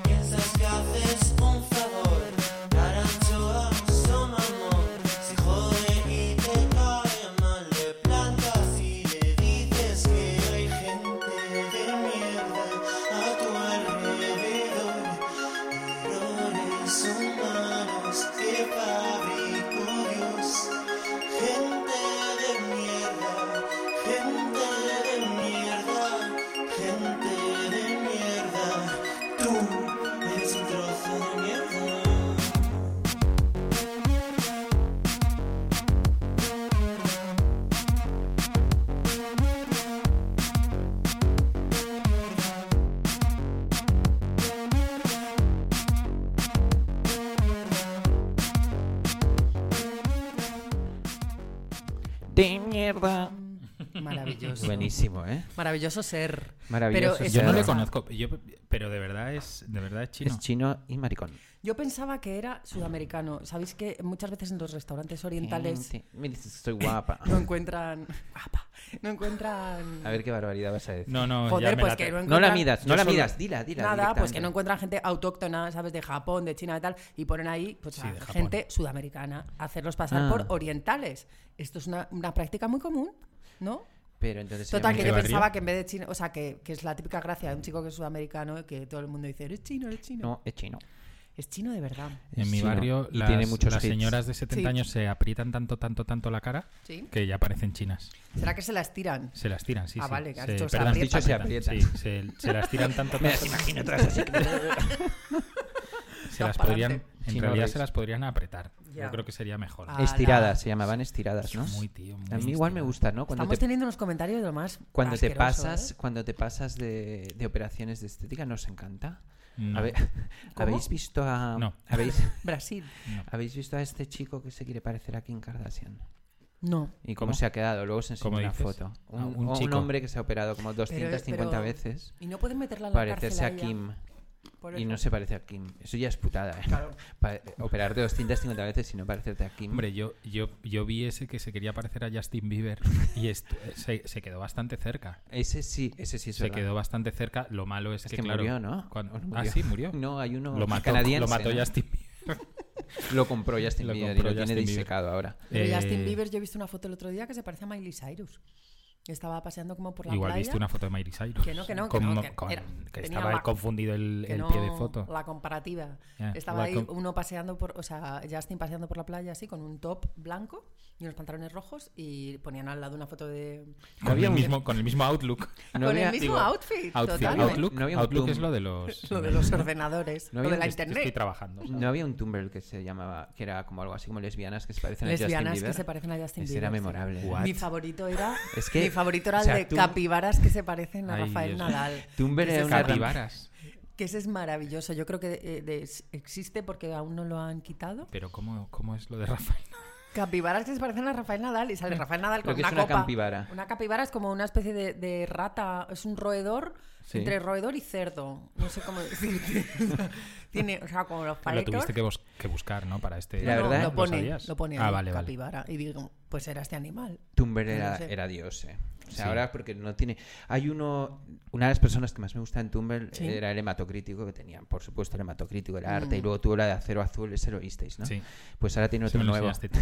H: Piensas que haces un favor, naranchoa, son amor. Se jode y te cae mal, le plantas y le dices que hay gente de mierda a tu alrededor. Errores humanos que fabricó Dios. Gente de mierda, gente de mierda, gente de mierda. Tú eres un trozo de mierda.
A: De mierda.
B: Maravilloso.
A: Buenísimo, ¿eh?
B: Maravilloso ser.
A: Maravilloso
B: Pero
A: ser.
C: Yo
B: eso-
C: no le conozco, yo- pero de verdad es, de verdad es chino.
A: Es chino y maricón.
B: Yo pensaba que era sudamericano. Sabéis que muchas veces en los restaurantes orientales
A: Gente, Mm, Me dices, estoy guapa.
B: no encuentran. Guapa. No encuentran.
A: A ver qué barbaridad vas a decir.
C: No, no, ya
B: Joder,
C: me
B: pues
C: la
B: que
C: te-
B: no encuentran.
A: No la midas, no
C: Yo
A: la
C: solo-
A: midas, dila, dila.
B: Nada, pues que no
A: directamente.
B: encuentran gente autóctona, ¿sabes? De Japón, de China y tal. Y ponen ahí pues,
C: Sí,
B: a
C: de Japón.
B: gente sudamericana. Hacerlos pasar
A: Ah.
B: por orientales. Esto es una, una práctica muy común, ¿no?
A: Pero entonces se
B: Total,
A: llama-
B: que yo
C: barrio?
B: pensaba que en vez de chino, o sea, que, que es la típica gracia de un chico que es sudamericano, que todo el mundo dice, eres chino, eres chino.
A: No, es chino.
B: Es chino de verdad.
C: En mi
A: Sí, no.
C: barrio
A: Y
C: las,
A: tiene muchos
C: las
A: hits.
C: señoras de 70
B: Sí.
C: años se aprietan tanto, tanto, tanto la cara
B: Sí.
C: que ya parecen chinas.
B: ¿Será que se las tiran?
C: Se las tiran, sí.
B: Ah,
C: sí.
B: vale, que has
C: Se-
B: dicho se
C: perdón,
B: aprietan.
A: Has dicho se aprietan.
C: Sí, se, se las tiran tanto,
A: Me
C: tanto,
A: las imagino todas así.
C: se las
B: Vas
C: podrían,
B: pa'lante.
C: en
A: Chino
C: realidad
A: Reis.
C: se las podrían apretar.
B: Ya.
C: Yo creo que sería mejor.
B: Ah,
A: Estiradas, se llamaban estiradas, ¿no?
C: Muy, tío, muy
A: A mí igual
C: estirada.
A: me gusta, ¿no? Cuando
B: Estamos
A: te,
B: teniendo unos comentarios de lo más
A: cuando te
B: asqueroso,
A: pasas,
B: ¿eh?
A: cuando te pasas de, de operaciones de estética, nos encanta.
C: No.
A: A ver, ¿Habéis visto a
C: No.
A: habéis,
B: Brasil.
A: habéis visto a este chico que se quiere parecer a Kim Kardashian?
B: No.
A: ¿Y cómo,
C: ¿Cómo?
A: se ha quedado? Luego os enseño
C: ¿Cómo
A: una
C: dices?
A: foto.
C: Ah,
A: Un,
C: un
A: o
C: chico.
A: hombre que se ha operado como
B: Pero-
A: 250
B: pero-
A: veces.
B: Y no pueden meterla en la
A: Parecerse a
B: cárcel ella
A: Kim.
B: por
A: Y
B: eso.
A: no se parece a Kim. Eso ya es putada, ¿eh? Pa- Operarte 250 veces y no parecerte a Kim.
C: Hombre, yo, yo, yo vi ese que se quería parecer a Justin Bieber y estu- se, se quedó bastante cerca.
A: Ese sí, ese sí es
C: Se
A: verdad.
C: quedó bastante cerca. Lo malo es,
A: Es
C: que,
A: que,
C: claro,
A: murió, ¿no?
C: cuando-
A: ¿O no
C: Ah, sí, murió.
A: No, hay uno
C: lo mató,
A: canadiense.
C: lo mató
A: ¿no?
C: Justin Bieber.
A: Lo compró Justin
C: Lo
A: Bieber
C: compró
A: y lo
C: Justin
A: tiene
C: Bieber.
A: disecado ahora.
B: Pero
C: Eh,
B: Justin Bieber, yo he visto una foto el otro día que se parece a Miley Cyrus. Estaba paseando como por la
C: Igual
B: playa.
C: viste una foto de Miley Cyrus.
B: Que no, que no, que
C: Con-
B: no, que
C: con-
B: era-
C: que
B: tenía
C: estaba
B: la-
C: confundido el,
B: que
C: el
B: no-
C: pie de foto.
B: La comparativa.
C: Ya,
B: Estaba
C: la
B: ahí
C: com-
B: uno paseando por, o sea, Justin paseando por la playa así con un top blanco y unos pantalones rojos y ponían al lado una foto de
C: Con, el mismo, con el mismo Outlook.
A: No
B: Ah, con
A: había-
B: el mismo
A: digo,
B: outfit,
C: Outfit,
B: totalmente.
C: Outlook
A: No había un
C: Outlook
A: Zoom.
C: es lo de los...
B: Lo de los ordenadores,
A: No
B: lo
A: había
B: de la
A: un-
C: Est- Estoy
B: internet.
C: trabajando.
A: No había un Tumblr que se llamaba, que era como algo así como lesbianas que se parecen a Justin
B: Lesbianas
A: Bieber.
B: que se parecen a Justin
A: Ese
B: Bieber.
A: era
B: sí.
A: memorable. ¿eh?
C: What?
B: Mi favorito era
A: Es que,
B: mi favorito era
A: o sea,
B: el de
A: tú-
B: capibaras que se parecen a
C: Ay,
B: Rafael
C: Dios.
B: Nadal.
A: Tumblr
B: Que
A: era
B: ese
A: una
B: es-
C: Capibaras.
B: Que ese es maravilloso. Yo creo que eh, de- existe porque aún no lo han quitado.
C: Pero ¿cómo, ¿cómo es lo de Rafael?
B: Capibaras que se parecen a Rafael Nadal y sale Rafael Nadal
A: Lo
B: con
A: Mm. que
B: una,
A: es una
B: copa.
A: capibara.
B: Una capibara es como una especie de, de rata, es un roedor
A: Sí.
B: entre roedor y cerdo. No sé cómo decirte. O sea, Tiene, o sea, como los
C: Ah, Lo
B: paletos.
C: tuviste que, bus- que buscar, ¿no? Para este...
A: La
B: No,
A: verdad,
B: lo
A: ¿lo
B: pone,
C: sabías?
B: lo pone
C: Ah,
B: ahí,
C: vale, vale.
B: capibara. Y digo, pues era este animal.
A: Tumblr
B: Yo no
A: era,
B: sé.
A: era Dios, eh. O sea,
C: Sí.
A: ahora porque no tiene... Hay uno... Una de las personas que más me gusta en Tumblr
B: Sí. Mm.
A: era el hematocrítico, que tenía, por supuesto, el hematocrítico, era arte, y luego tuvo la de acero azul, ese lo visteis, ¿no?
C: Sí.
A: Pues ahora tiene
C: Ese
A: otro
C: me lo
A: nuevo.
C: enseñaste tú.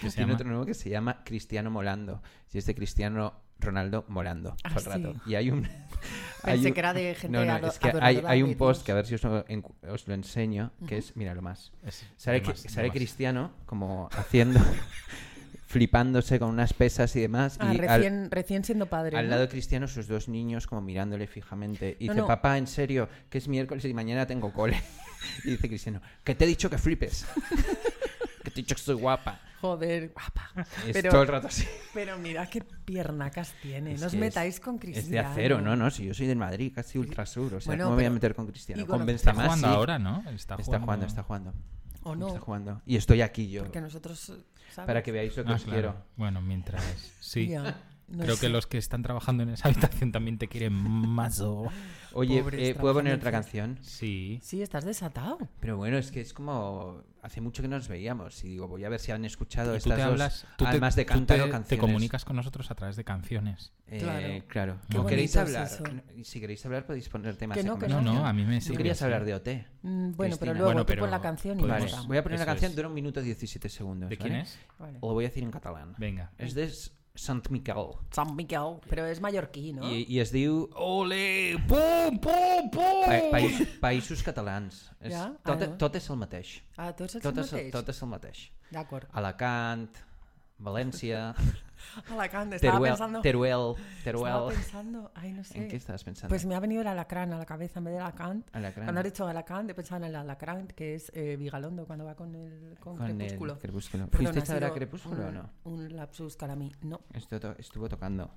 C: ¿Qué
A: Tiene
C: se llama?
A: otro nuevo que se llama Cristiano Molando. Y este Cristiano Ronaldo Molando.
B: Ah,
A: todo el
B: sí.
A: rato. Y hay un.
B: Pensé que era de gente
A: No, no,
B: ado-
A: es que
B: adoradora
A: hay, hay un
B: de
A: post
B: Dios.
A: que a ver si os lo, encu- os lo enseño, que es. Míralo más.
C: Es-
A: Sale,
C: no
A: que-
C: más,
A: sale
C: no más.
A: Cristiano como haciendo. flipándose con unas pesas y demás.
B: Ah,
A: y al-
B: recién, recién siendo padre.
A: al
B: ¿no?
A: lado de Cristiano, sus dos niños como mirándole fijamente. Y
B: No,
A: dice,
B: no.
A: papá, en serio, que es miércoles y mañana tengo cole. Y dice Cristiano, que te he dicho que flipes. que te he dicho que soy guapa.
B: Joder, guapa.
A: Es
B: Pero-
A: todo el rato así.
B: Pero mira qué piernacas tiene.
A: Es
B: No os
A: que es-
B: metáis con Cristiano.
A: Es de acero, no, no, si yo soy del Madrid, casi ultrasur, o sea,
B: Bueno,
A: ¿cómo me voy a
B: pero-
A: meter con Cristiano?
B: y
A: Con
B: con-
A: Benzema
C: Está jugando Ah,
A: sí.
C: ahora, ¿no? Está
A: Está jugando, está jugando.
B: O
A: me
B: no.
A: está jugando. Y estoy aquí yo.
B: Porque nosotros, eh, ¿sabes?
A: Para que veáis lo que
C: Ah,
A: os
C: claro.
A: quiero.
C: Bueno, mientras. Sí.
B: Ya, no
C: Creo
B: sé.
C: que los que están trabajando en esa habitación también te quieren más. o-
A: Oye,
B: Pobres,
A: eh, ¿puedo poner
B: trabajando
A: otra
B: en Francia.
A: canción?
C: Sí.
B: Sí, estás desatado.
A: Pero bueno, es que es como. Hace mucho que no nos veíamos. Y digo, voy a ver si han escuchado
C: Y
A: estas dos.
C: tú te-
A: además de
C: tú
A: cantar
C: te-
A: o canciones.
C: Te comunicas con nosotros a través de canciones.
A: Eh, claro.
B: Qué
A: ¿O queréis
B: bonito
A: hablar?
B: es
A: Y Si queréis hablar, podéis poner temas.
B: Que
A: de
B: no, que
C: No,
A: conversación.
C: no, a mí me
A: Tú
C: sirve.
A: querías
C: sí.
A: hablar de OT.
B: Mm, Bueno,
A: Cristina.
B: pero luego
C: Bueno,
B: tú pon
C: pero
B: la canción y ya
A: Vale,
C: podemos-
B: está.
A: voy a poner la
C: Eso
A: canción,
C: es.
A: dura un minuto 17 segundos.
C: ¿De
A: ¿vale?
C: quién es?
B: Vale.
A: Os voy a decir en catalán.
C: Venga.
A: Es de S- Sant Miquel.
B: San Miguel, pero es mallorquí, ¿no?
A: I, I es diu
C: ¡Ole! ¡Pum, pum, pum!
A: pa Paï- Països Catalans. És,
B: Ja? Ah,
A: tot,
B: no.
A: tot és el mateix.
B: Ah, tú eres el
A: Tot és,
B: mateix?
A: tot és el mateix.
B: De acuerdo. Ah,
A: Alacant, València,
B: Alacant, estaba
A: Teruel,
B: pensando...
A: Teruel,
B: Estaba
A: Teruel...
B: pensando... Ay, no sé.
A: ¿En qué estabas pensando?
B: Pues me ha venido el alacrán a la cabeza en vez de alacant.
A: Alacrán.
B: Cuando has dicho alacrán, he pensado en el alacrán, que es eh, Vigalondo cuando va con el con
A: Con el
B: crepúsculo.
A: Crepúsculo.
B: Perdón,
A: ¿Fuisteis
B: ha
A: a ver a
B: sido
A: Crepúsculo o
B: un-
A: no?
B: Un lapsus para mí. No.
A: Esto to- estuvo tocando.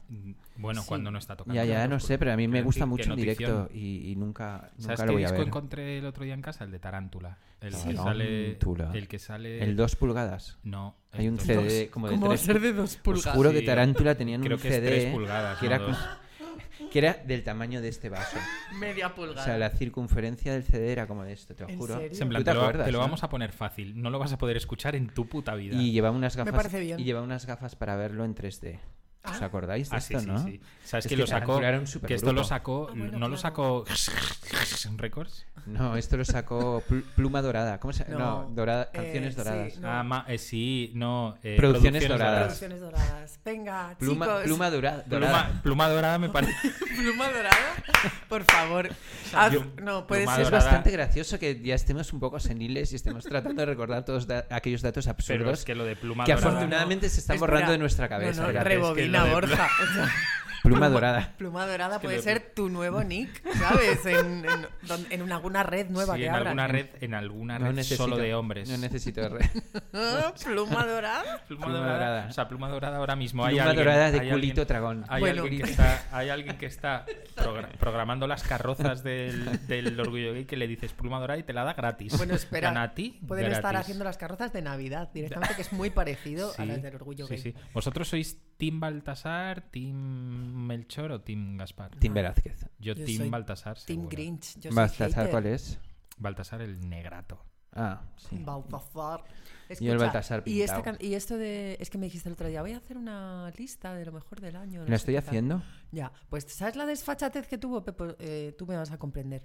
C: Bueno, cuando no está tocando. pues,
A: Ya, ya, no sé, pero a mí me
C: Quiero
A: gusta
C: decir que
A: mucho en
C: notición.
A: directo y, y nunca,
C: ¿Sabes
A: nunca
C: qué
A: lo voy a
C: disco
A: ver.
C: encontré el otro día en casa? El de Tarántula. El, que,
A: Tarántula.
C: sale, el que sale.
A: El 2 pulgadas.
C: No. el
A: Hay un
C: dos.
A: CD de- como de
B: ¿Cómo va a
A: 3
B: ser de dos
A: Os
B: pulgadas?
A: juro que
C: Sí,
A: Tarántula tenían
C: creo
A: un
C: que es
A: CD
C: tres pulgadas,
A: que,
C: no
A: era,
C: dos.
A: como- que era del tamaño de este vaso.
B: Media pulgada.
A: O sea, la circunferencia del CD era como de esto, te lo
B: ¿En
A: juro.
B: serio?
C: Es en plan,
A: ¿Tú te
C: te, lo,
A: acuerdas,
C: te lo
A: no?
C: vamos a poner fácil. No lo vas a poder escuchar en tu puta vida.
A: Y llevaba unas
B: Me
A: gafas
B: parece bien.
A: y llevaba unas gafas para verlo en 3D. ¿Os acordáis de
C: Ah, sí,
A: esto,
C: sí,
A: no?
C: sí. ¿Sabes
A: Es
C: que,
A: que
C: lo sacó?
A: Tarántula era un
C: Que esto
A: supergrupo.
C: lo sacó.
B: Ah, bueno,
C: no lo
B: claro. Ah,
C: sacó. ¿Records?
A: No, esto lo sacó Pl- Pluma Dorada. ¿Cómo se No,
B: No,
A: dorada,
B: eh,
A: canciones
B: sí,
A: doradas.
B: No.
C: Ah, ma- eh, sí, no. eh,
A: Producciones doradas.
B: Producciones doradas. Venga,
A: Pluma,
B: chicos.
A: pluma dura- dorada.
C: Pluma, pluma dorada me parece.
B: Pluma dorada. Por favor. Haz-
C: yo-
B: no, puede
C: pluma
B: ser.
A: Es
C: dorada.
A: bastante gracioso que ya estemos un poco seniles y estemos tratando de recordar todos da- aquellos datos absurdos
C: Pero es que lo de pluma
A: que
C: dorada.
A: afortunadamente se están
B: Espera.
A: borrando de nuestra cabeza.
B: No, no,
A: Espérate, es que
B: rebobina,
C: lo de-
B: Borja. O sea,
A: Pluma dorada.
B: Pluma dorada puede
C: lo-
B: ser tu nuevo nick, ¿sabes? En, en, don- en alguna red nueva
C: Sí,
B: que
C: en
B: abran. ¿eh?
C: alguna red, en alguna red
A: No necesito-
C: solo de hombres.
A: No necesito red.
B: Ah, Pluma dorada.
C: Pluma,
A: Pluma
C: dorada.
A: dorada.
C: O sea, pluma dorada ahora mismo. hay
A: Pluma
C: alguien-
A: dorada de
C: hay
A: culito
C: alguien-
A: tragón.
C: Hay,
B: Bueno.
C: alguien que está, hay alguien que está progra- programando las carrozas del, del orgullo gay que le dices pluma dorada y te la da gratis.
B: Bueno, espera.
C: Ganati,
B: Pueden estar
C: gratis.
B: haciendo las carrozas de Navidad directamente, que es muy parecido a
C: Sí,
B: las del orgullo
C: sí,
B: gay.
C: sí. ¿Vosotros sois Team Baltasar, Team Melchor o Team Gaspar?
A: Tim Velázquez.
C: Yo,
B: Yo
C: Team
B: soy
C: Baltasar.
B: Team
C: seguro.
B: Grinch. Yo soy
A: Baltasar,
B: hater.
A: ¿cuál es?
C: Baltasar el negrato.
A: Ah, sí.
B: Baltasar.
A: Yo el Baltasar
B: y, esta
A: pintado.
B: can- y esto de. Es que me dijiste el otro día, voy a hacer una lista de lo mejor del año. no
A: ¿La
B: sé
A: estoy
B: qué tal".
A: haciendo?
B: Ya, pues ¿sabes la desfachatez que tuvo Pepo? Eh, tú me vas a comprender.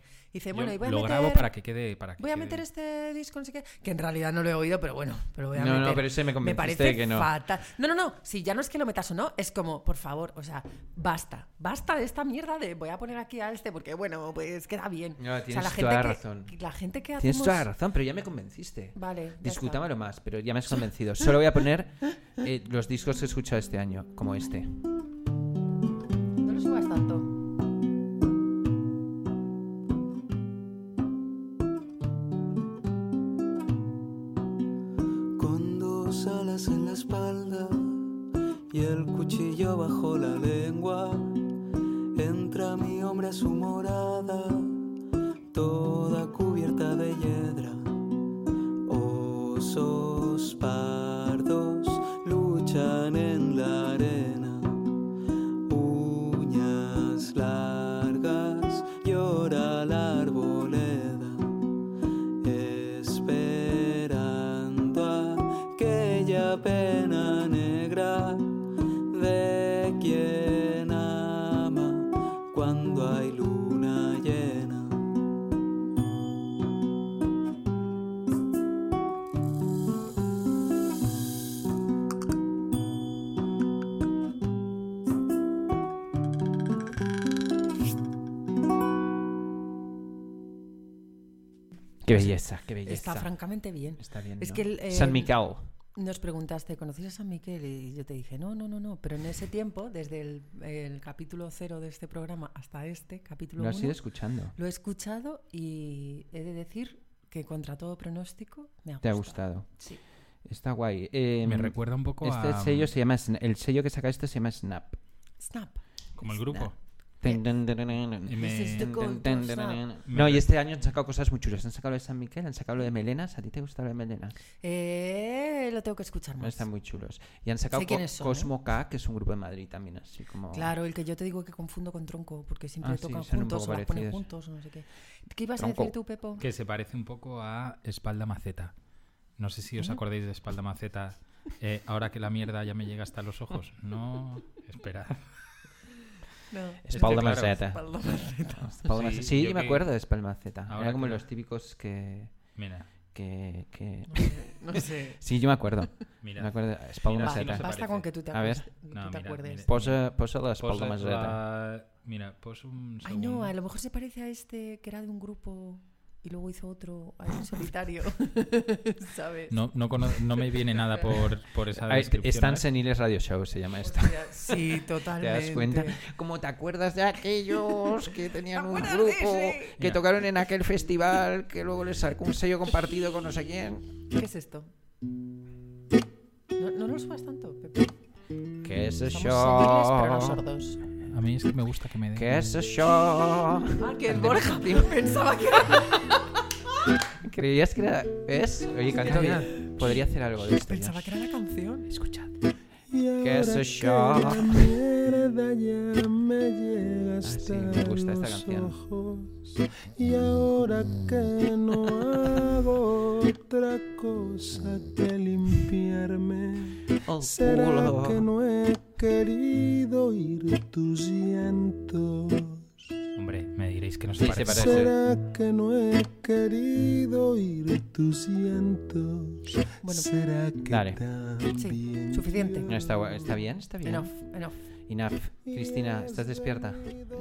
C: Yo
B: Dice, Eh, bueno, y voy a
C: lo
B: meter.
C: grabo para que quede. Para que
B: Voy a
C: quede.
B: meter este disco, no sé qué. Que en realidad no lo he oído, pero bueno, pero voy a
A: No, no,
B: meter.
A: pero ese me
B: me
A: convenciste
B: parece
A: de que no.
B: fatal. No, no, no. Si ya no es que lo metas o no, es como, por favor, o sea, basta. Basta de esta mierda de voy a poner aquí a este porque, bueno, pues queda bien.
A: No,
B: O sea,
A: tienes
B: la gente
A: toda
B: que-
A: razón.
B: La gente que
A: Tienes
B: hacemos-
A: toda la razón, pero ya me convenciste.
B: Vale, ya
A: Discutámoslo más, pero ya me has convencido. Solo voy a poner eh, los discos que he escuchado este año, como este.
B: No lo subas tanto.
E: con dos alas en la espalda y el cuchillo bajo la lengua. Entra mi hombre a su morada, toda cubierta de hiedra. Osos pardos luchan en la arena, uñas largas llora la arboleda esperando aquella pena negra de quien ama cuando hay luna llena.
A: Qué belleza, qué belleza.
B: Está francamente bien.
A: Está bien.
B: Es
A: ¿no?
B: que el, eh,
A: San Miquel.
B: Nos preguntaste, ¿conocías a San Miquel? Y yo te dije, no, no, no, no. Pero en ese tiempo, desde el, el capítulo cero de este programa hasta este, capítulo
A: Lo has
B: uno,
A: ido escuchando.
B: lo he escuchado y he de decir que contra todo pronóstico me ha gustado.
A: Te ha gustado.
B: Sí.
A: Está guay. Eh,
C: Me recuerda un poco
A: este
C: a. um,
A: sello se llama Sna- el sello que saca esto se llama Snap.
B: Snap.
C: Como el grupo. This
B: Este
C: is the
A: No, y este año han sacado cosas muy chulas. Han sacado lo de San Miguel, han sacado lo de Melenas. ¿A ti te gusta lo de Melenas?
B: Eh, lo tengo que escuchar
A: No,
B: más.
A: Están muy chulos. Y han sacado
B: Sé quiénes
A: Co-
B: son, ¿eh?
A: Cosmo K, que es un grupo de Madrid también, así como...
B: Claro, el que yo te digo que confundo con tronco, porque siempre
A: Ah, sí,
B: tocan
A: son un
B: juntos o
A: poco
B: las ponen
A: parecidos.
B: juntos o no sé qué. ¿Qué ibas
A: Tronco.
B: a decir tú, Pepo?
C: Que se parece un poco a Espalda Maceta. No sé si os acordáis de Espalda Maceta. Eh, ahora que la mierda ya me llega hasta los ojos. No, espera.
B: No.
A: Espalda
C: Claro.
A: Maceta. Espalda Maceta.
C: Sí,
A: Sí,
C: yo
A: me
C: que-
A: acuerdo de Espalda Maceta.
C: Ahora
A: Era como
C: que-
A: los típicos que...
C: Mira,
A: que, que...
B: No sé.
A: Sí, yo me acuerdo.
C: Mira.
A: Me acuerdo. Espalda
C: Mira,
A: Maceta.
C: se
B: Basta
C: parece.
B: con que tú te,
A: A ver.
B: acuest- tú
C: No,
B: te
C: mira,
B: acuerdes.
C: mira.
A: Posa, posa la Espalda
C: posa
A: Maceta.
C: la- Mira, pos un
B: Ay,
C: segundo.
B: no, a lo mejor se parece a este que era de un grupo y luego hizo otro, a un solitario. ¿Sabes?
C: No, no, cono- no me viene nada por, por esa
A: Ah, est-
C: descripción.
A: Están
C: ¿eh?
A: seniles radio show, se llama esto.
B: Hostia, sí,
A: ¿Te
B: totalmente.
A: das cuenta? Como te acuerdas de aquellos que tenían un
B: acuerdas de
A: grupo,
B: ese?
A: que
C: Ya.
A: tocaron en aquel festival, que luego les sacó un sello compartido con no sé quién?
B: ¿Qué es esto? No, no lo subas tanto, Pepe.
A: ¿Qué es
B: Somos
A: eso?
B: sordos, pero no sordos.
C: A mí es que me gusta que me den.
A: ¿Qué es eso?
B: Ah, que es Borja. Pensaba que era...
A: ¿Creías que era.? ¿Es? Oye, canto bien. Podría hacer algo de esto. ya.
B: Pensaba que era la canción. Escuchad.
A: ¿Qué es eso? Ah, sí, me gusta esta canción.
I: Y ahora que no hago otra cosa que limpiarme, será
A: Oh, culo.
I: que no he querido oír tus llantos.
C: Hombre, me diréis que no se
A: Sí, se
C: parece.
A: parece.
I: Será que no he querido oír tus llantos.
B: Bueno.
I: será que
A: Dale.
I: también
B: suficiente.
I: yo
A: No, está, guay. está bien, está bien.
B: Enough, enough.
A: Enough. Cristina, ¿estás despierta?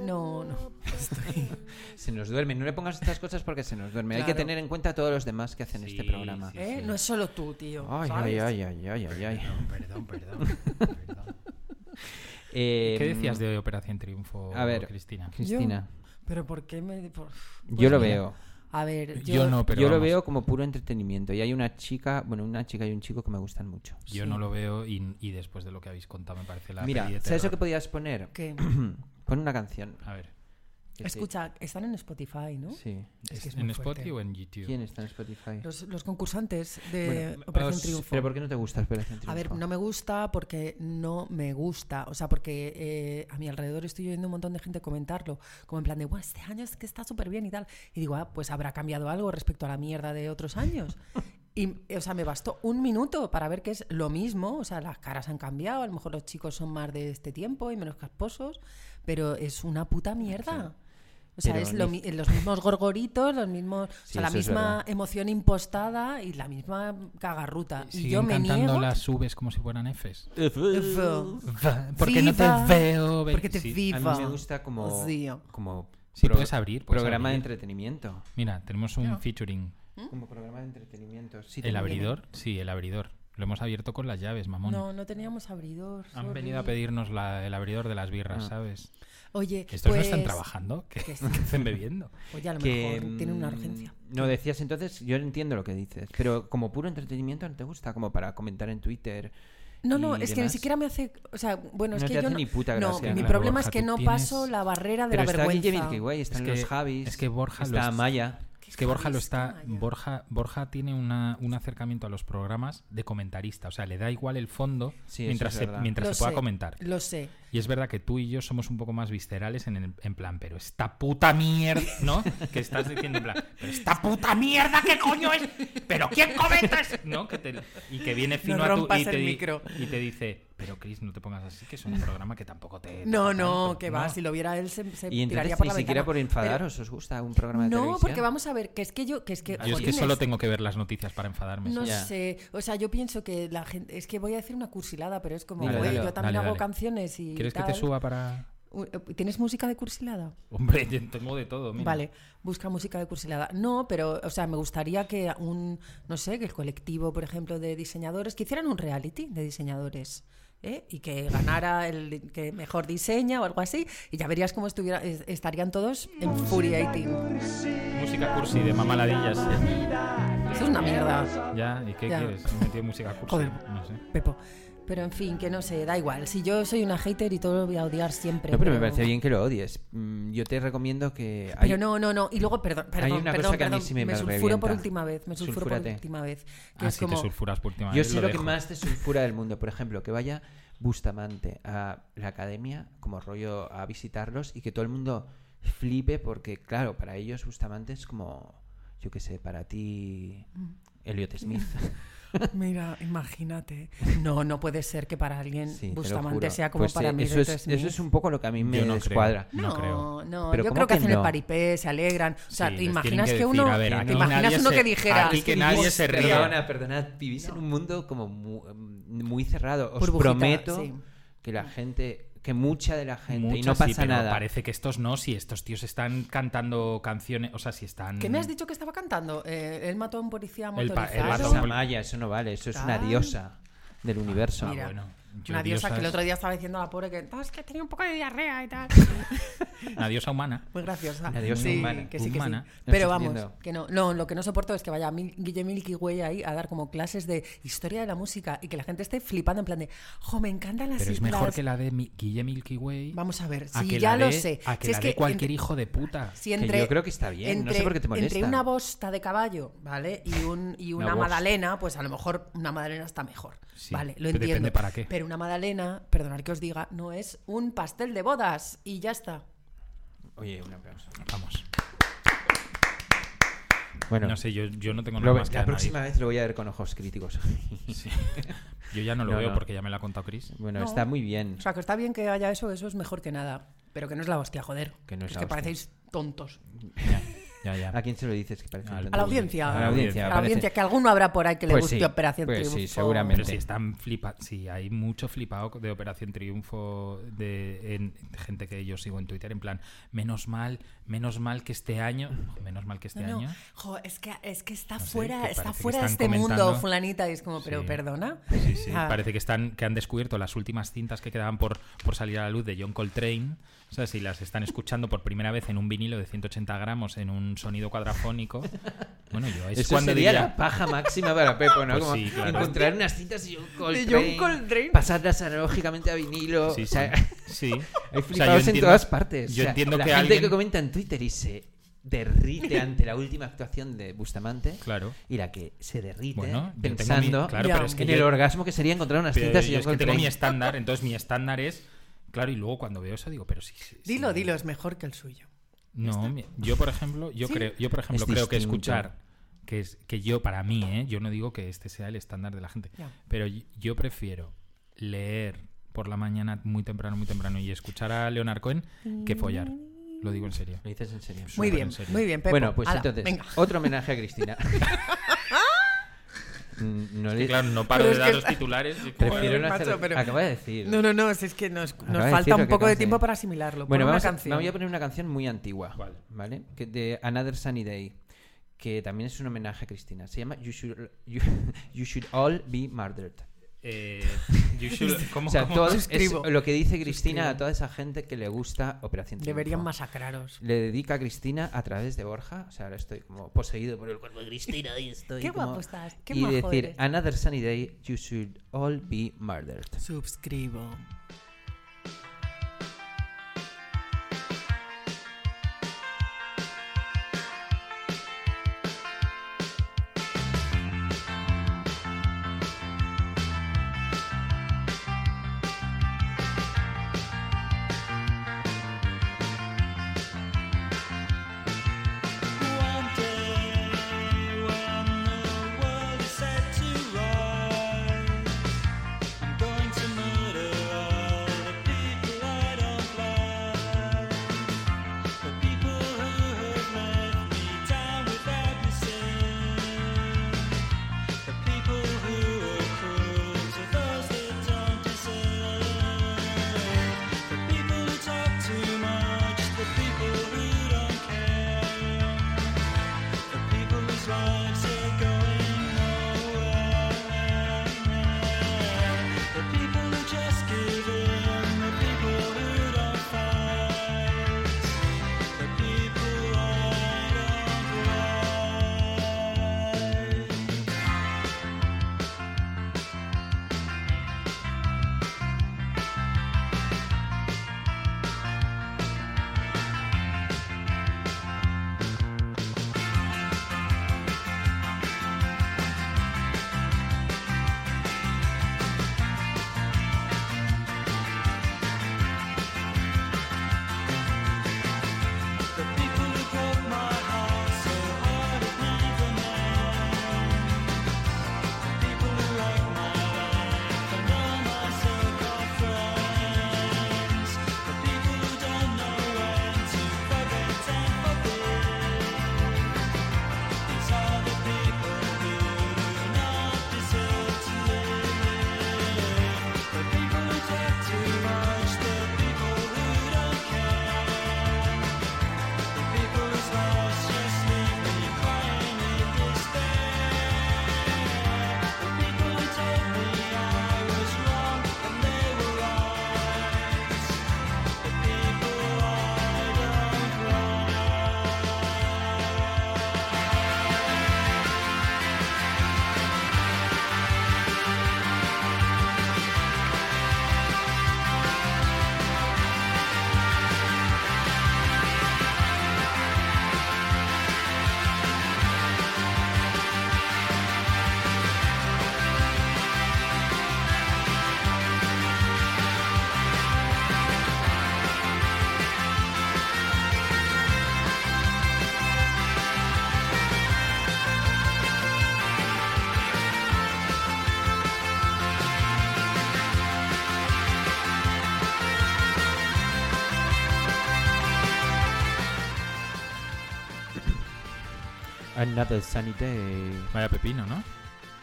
B: No, no. Estoy...
A: Se nos duerme. No le pongas estas cosas porque se nos duerme. Hay que
B: Claro.
A: tener en cuenta a todos los demás que hacen
C: Sí,
A: este programa.
C: sí, sí.
B: ¿Eh? No es solo tú, tío.
A: Ay,
B: ¿sabes?
A: ay, ay, ay, ay, ay, ay.
C: Perdón, perdón, perdón.
A: Eh,
C: ¿Qué decías de Operación Triunfo,
A: A ver,
C: Cristina?
A: Cristina,
B: Pero ¿por qué me...? por-
A: yo,
B: pues
A: lo
B: mira,
A: veo.
B: A ver, yo...
C: Yo no,
A: Eh,
C: pero
A: yo lo
C: vamos,
A: veo como puro entretenimiento. Y hay una chica, bueno, una chica y un chico que me gustan mucho.
C: Yo
B: Sí.
C: no lo veo y, y después de lo que habéis contado me parece la
A: Mira,
C: peli de
A: ¿sabes lo que
C: terror.
A: podías poner?
B: ¿Qué?
A: Pon una canción.
C: A ver,
A: Que te-
B: Escucha, están en Spotify, ¿no?
A: Sí.
B: Es que es
C: ¿en
B: muy
C: Spotify
B: fuerte.
C: o en YouTube?
A: ¿Quién está en Spotify?
B: Los, los concursantes de
A: Bueno,
B: Operación
A: os-
B: Triunfo.
A: ¿Pero por qué no te gusta Operación Triunfo?
B: A ver, no me gusta porque no me gusta. O sea, porque eh, a mi alrededor estoy oyendo un montón de gente comentarlo. Como en plan de, bueno, este año es que está súper bien y tal. Y digo, ah, pues habrá cambiado algo respecto a la mierda de otros años. Y, eh, o sea, me bastó un minuto para ver que es lo mismo. O sea, las caras han cambiado. A lo mejor los chicos son más de este tiempo y menos casposos. Pero es una puta mierda. O sea,
A: Pero
B: es lo
A: ni-
B: mi- los mismos gorgoritos, los mismos,
A: Sí,
B: o sea, la
A: eso es
B: misma
A: verdad. Eh,
B: emoción impostada y la misma cagarruta. Y
C: Siguen
B: yo me
C: cantando
B: niego.
C: las subes como si fueran Fs.
B: Veo.
C: Porque no
B: Viva.
C: te veo. ve-
B: Porque te
C: Sí.
A: A
B: viva.
A: mí me gusta como...
B: Sí.
A: como
C: Sí, puedes abrir, puedes
A: programa
C: abrir.
A: de entretenimiento.
C: Mira, tenemos un featuring.
B: ¿Mm?
A: Como programa de entretenimiento. Sí,
C: ¿El
A: tengo-
C: abridor? Sí, el abridor. Lo hemos abierto con las llaves, mamón.
B: No, no teníamos abridor.
C: Han
B: sorry.
C: venido a pedirnos la- el abridor de las birras,
A: Ah.
C: ¿sabes?
B: Oye,
C: ¿Estos
B: pues...
C: no están trabajando? ¿Qué,
B: que sí.
C: qué estén bebiendo?
B: Oye, a lo
A: que,
B: mejor tienen una
A: mm,
B: urgencia.
A: No decías entonces, yo entiendo lo que dices, pero como puro entretenimiento no te gusta, como para comentar en Twitter.
B: No, no,
A: y
B: es que ni
A: demás.
B: siquiera me hace. O sea, bueno, es
A: No
B: que
A: te
B: yo.
A: hace
B: no,
A: ni puta
B: no,
A: gracia,
B: mi
A: claro.
B: problema
C: Borja,
B: es que
C: tú
B: no
C: tienes-
B: paso la barrera de
A: Pero
B: la
A: está
B: vergüenza.
A: Guille Guay, están
C: que-
A: los Javis,
C: es que Borja lo
A: está
C: es-
A: Maya.
B: Qué
C: Es que Borja lo
B: Javis
C: está.
B: Camaya.
C: Borja, Borja tiene una- un acercamiento a los programas de comentarista. O sea, le da igual el fondo
A: Sí, eso
C: mientras,
A: es
C: se,
A: verdad.
C: mientras
B: Lo
C: se pueda
B: sé,
C: comentar.
B: Lo sé.
C: Y es verdad que tú y yo somos un poco más viscerales en, el- en plan, pero esta puta mierda, ¿no? Que estás diciendo en plan, pero esta puta mierda, ¿qué coño es? ¿Pero quién comenta es? ¿No? Que te- y que viene fino
B: No
C: a tu
B: rompas
C: y te,
B: el
C: di-
B: micro.
C: y te dice, pero Chris, no te pongas así, que es un programa que tampoco te.
B: No,
C: toca
B: no,
C: tanto",
B: que va.
C: ¿no?
B: Si lo viera él, se, se
A: Y
B: tiraría
A: entonces
B: por
A: ni
B: la
A: siquiera
B: ventana.
A: por enfadaros, ¿os gusta un programa de
B: Pero- no,
A: televisión?
B: porque vamos a ver, que es que yo. Que es que,
C: Yo es que
B: Eh, jolines,
C: solo tengo que ver las noticias para enfadarme.
B: No
C: ¿sabes?
A: Ya.
B: sé, o sea, yo pienso que la gente. Es que voy a decir una cursilada, pero es como,
A: Dale,
B: güey,
A: dale,
B: yo también
C: dale,
B: hago
C: dale.
B: canciones y.
C: ¿Quieres que
B: tal.
C: te suba para.?
B: U- ¿Tienes música de cursilada?
C: Hombre, yo tengo de todo. mira.
B: Vale, busca música de cursilada. No, pero, o sea, me gustaría que un, no sé, que el colectivo, por ejemplo, de diseñadores, que hicieran un reality de diseñadores. ¿eh? Y que ganara el que mejor diseña o algo así, y ya verías cómo estuviera, es- estarían todos infuriating.
C: Música cursi de mamaladillas.
B: Eso es una mierda,
C: Ya, ¿y qué
B: Ya.
C: quieres? Me metido música cursi.
B: Joder.
C: No sé.
B: Pepo. Pero en fin, que no sé, da igual. Si yo soy una hater y todo lo voy a odiar siempre.
A: No, pero me parece bien que lo odies. Mm, Yo te recomiendo que.
B: Pero
A: hay-
B: no, no, no. Y luego, perdón, perdón,
A: una
B: perdón,
A: cosa que a mí
B: perdón,
A: sí me
B: me sulfuro por
A: revienta.
B: última vez, me sulfuro
A: Sulfúrate.
B: por última vez. Que
C: Ah,
B: es
C: sí, te
B: como,
C: sulfuras por última
A: Yo
C: vez,
A: sé
C: lo
A: lo, que
C: dejo.
A: más te sulfura del mundo. Por ejemplo, que vaya Bustamante a la academia como rollo a visitarlos y que todo el mundo flipe porque, claro, para ellos Bustamante es como, yo qué sé, para ti
B: Mm.
A: Elliot Smith.
B: Mira, imagínate. No, no puede ser que para alguien
A: Sí, te lo
B: Bustamante
A: juro.
B: sea como
A: Pues sí,
B: para mí.
A: eso es, eso es un poco lo que a mí me
C: no creo.
A: descuadra.
C: No creo.
B: no,
A: Pero
B: yo
A: ¿cómo
B: creo que,
A: que
B: hacen
A: no?
B: el paripé, se alegran. O sea,
C: Sí,
B: ¿te
C: les tienen
B: imaginas que,
C: decir,
B: uno,
C: a ver,
B: ¿te
C: aquí nadie
B: imaginas uno
C: se-
B: que dijera
C: Aquí que nadie se ríe.
A: Perdona, perdonad, vivís en un mundo como mu- eh, muy, cerrado. Os
B: Burbujita,
A: prometo
B: sí.
A: que la gente, que mucha de la gente, y
C: Muchas
A: no
C: sí,
A: pasa
C: pero
A: nada.
C: Parece que estos no, si estos tíos están cantando canciones, o sea, si están.
B: ¿Qué me has dicho que estaba cantando? Eh, él mató a un policía
C: El pa-
B: motorizado.
C: el
A: Eso
C: Claro.
A: es una maya, eso no vale, eso es una
B: Claro.
A: diosa del
C: Ah,
A: universo.
B: Mira,
C: bueno, yo
B: una diosa que el
C: diosas-
B: otro día estaba diciendo a la pobre que, "No, es que tenía un poco de diarrea y tal.
C: Una diosa humana.
B: Muy graciosa.
A: Una diosa
B: Sí,
A: humana.
B: Que sí, que sí.
A: No
C: Humana.
B: Pero
A: estoy
B: vamos,
A: entendiendo.
B: que no. No, lo que no soporto es que vaya Mil- Guillermo Milquigüey ahí a dar como clases de historia de la música y que la gente esté flipando en plan de, jo, me encantan las
C: Pero es
B: islas".
C: mejor que la de Mi- Guille Milky Way.
B: Vamos a ver,
C: a
B: sí,
C: que
B: ya
C: la
B: lo
C: de-
B: sé.
C: A que
B: Si
C: la
B: es
C: de
B: que
C: cualquier
B: entre-
C: hijo de puta.
B: si entre,
A: yo creo que está bien, no sé por qué te molesta.
B: Entre una bosta de caballo, ¿vale? Y, un, y una,
A: Una bosta.
B: magdalena, pues a lo mejor una magdalena está mejor.
C: Sí,
B: vale, lo
C: pero depende
B: entiendo.
C: para qué.
B: Pero una magdalena, perdonad que os diga, no es un pastel de bodas y ya está.
A: Oye, un aplauso.
C: Vamos.
A: Bueno,
C: No sé, yo, yo no tengo
A: lo
C: nada
A: ve-
C: más que
A: la
C: añadir.
A: próxima vez lo voy a ver con ojos críticos.
C: Sí. Yo ya no lo
A: No,
C: veo
A: no.
C: porque ya me lo ha contado Chris.
A: bueno,
B: No.
A: está muy bien.
B: O sea, que está bien que haya eso, eso es mejor que nada. Pero que no es la hostia, joder.
A: Que no es
B: es
A: la
B: que
A: hostia.
B: parecéis tontos.
C: Ya, ya, ya.
A: ¿A quién se lo dices? Que parece
C: Al
A: un tonto?
B: A la audiencia.
A: A la audiencia,
B: A la
A: parece.
B: audiencia, que alguno habrá por ahí que le
A: Pues
B: guste
A: sí,
B: Operación
A: pues sí,
B: Triunfo.
A: seguramente.
C: Pero si están flipa, si hay mucho flipado de Operación Triunfo de en- de gente que yo sigo en Twitter, en plan, menos mal, menos mal que este año, menos mal que este
B: No, no.
C: año.
B: Jo, es que, es que está
C: No sé,
B: fuera,
C: que
B: está
C: parece que
B: fuera de
C: están
B: este mundo,
C: comentando.
B: fulanita. Y es como, pero
C: Sí.
B: perdona.
C: Sí, sí,
B: Ah,
C: Parece que están que han descubierto las últimas cintas que quedaban por, por salir a la luz de John Coltrane. O sea, si las están escuchando por primera vez en un vinilo de 180 gramos en un sonido cuadrafónico. Bueno, yo es
A: Eso
C: cuando
A: sería
C: diría,
A: la paja máxima para Pepo, ¿no?
C: Pues
A: Como
C: sí, claro.
A: encontrar unas cintas de John Coltrane,
B: Coltrane.
A: pasarlas analógicamente a vinilo.
C: Sí,
A: o
C: sí.
A: sea,
C: sí.
A: Hay
C: O sea, yo
A: flipados en
C: entiendo-
A: todas partes. O
C: Yo
A: sea,
C: entiendo
A: la
C: que
A: gente
C: alguien...
A: que comenta en Twitter y se derrite ante la última actuación de Bustamante.
C: Claro.
A: Y la que se derrite
C: Bueno, yo tengo
A: pensando
C: mi- claro,
B: pero es
A: en
C: que
A: el
C: yo-
A: orgasmo que sería encontrar unas
C: Pero
A: cintas y
C: yo es que
A: John
C: tengo mi
A: Coltrane.
C: estándar, entonces mi estándar es... Claro, y luego cuando veo eso digo, pero sí... sí, sí.
B: Dilo, dilo, es mejor que el suyo.
C: No, mi- yo por ejemplo, yo creo, yo por ejemplo
A: Es
C: creo que
A: distinto.
C: escuchar que es que yo para mí, ¿eh? yo no digo que este sea el estándar de la gente,
B: Ya.
C: pero y- yo prefiero leer por la mañana muy temprano, muy temprano y escuchar a Leonard Cohen que follar. Lo digo en serio.
A: Lo dices en serio.
B: Muy
C: Súper
B: bien,
C: en serio.
B: muy bien, Pepo.
A: Bueno, pues
B: Ala,
A: entonces,
B: venga.
A: otro homenaje a Cristina. Mm, no le-
C: Y claro, no paro
B: Pero
C: de
B: es
C: dar
B: que-
C: los titulares. y-
A: Prefiero no
B: Joder,
A: hacer.
B: macho, pero-
A: Acaba de decir.
B: No, no, no, si es que nos, nos
A: Acaba de
B: falta
A: decirlo,
B: un
A: qué
B: poco de
A: canción.
B: tiempo para asimilarlo. Pon
A: Bueno,
B: una
A: vamos a,
B: canción.
A: me voy a poner una canción muy antigua,
C: Vale.
A: ¿vale? Que de Another Sunny Day, que también es un homenaje a Cristina. Se llama You Should, you, You Should All Be Murdered.
C: Eh, you should- ¿cómo-
A: O sea,
C: cómo?
A: todo es
B: Suscribo.
A: lo que dice Cristina
B: Suscribo.
A: a toda esa gente que le gusta Operación Triunfo.
B: Deberían masacraros.
A: Le dedica a Cristina a través de Borja. O sea, ahora estoy como poseído por el cuerpo de Cristina y estoy
B: Qué
A: como-
B: guapo pues estás, qué
A: Y
B: majo
A: decir, ah,
B: eres.
A: Another Sunny Day, You Should All Be Murdered.
B: Suscribo.
H: One day when the world is set to rise, I'm going to murder all
A: Another Sunny Day.
C: Vaya pepino, ¿no?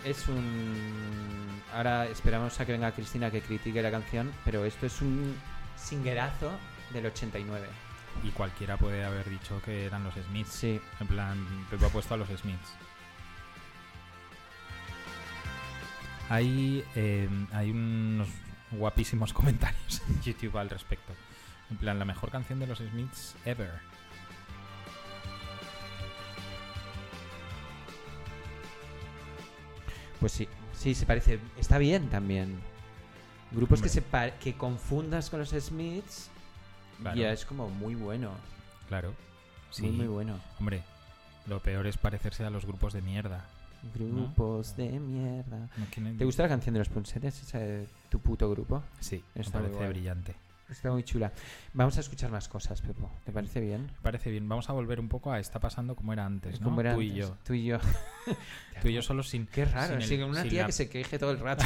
A: Es un. Ahora esperamos a que venga Cristina que critique la canción, pero esto es un singerazo del 89.
C: Y cualquiera puede haber dicho que eran los Smiths.
A: Sí.
C: En plan, Pepe ha puesto a los Smiths. Hay, eh, hay unos guapísimos comentarios en YouTube al respecto. En plan, la mejor canción de los Smiths ever.
A: Pues sí, sí, se parece. Está bien también. Grupos que, se
C: Hombre.
A: pa- que confundas con los Smiths,
C: Claro,
A: ya es como muy bueno.
C: claro. Sí,
A: Muy, muy bueno.
C: Hombre, lo peor es parecerse a los grupos de mierda.
A: Grupos de mierda.
C: No quieren-
A: ¿Te gusta la canción de los punsetes? Esa de tu puto grupo.
C: Sí, me
A: Está muy
C: parece
A: guay.
C: brillante.
A: Está muy chula. Vamos a escuchar más cosas, Pepo. ¿Te parece bien?
C: Me parece bien. Vamos a volver un poco a está pasando como era antes, Pues ¿no?
A: Eh, Como era
C: tú y
A: antes,
C: yo.
A: Tú y yo.
C: Tú y yo solo sin.
A: Qué raro.
C: sin el-
A: sí, una
C: sin
A: tía
C: la-
A: que se queje todo el rato.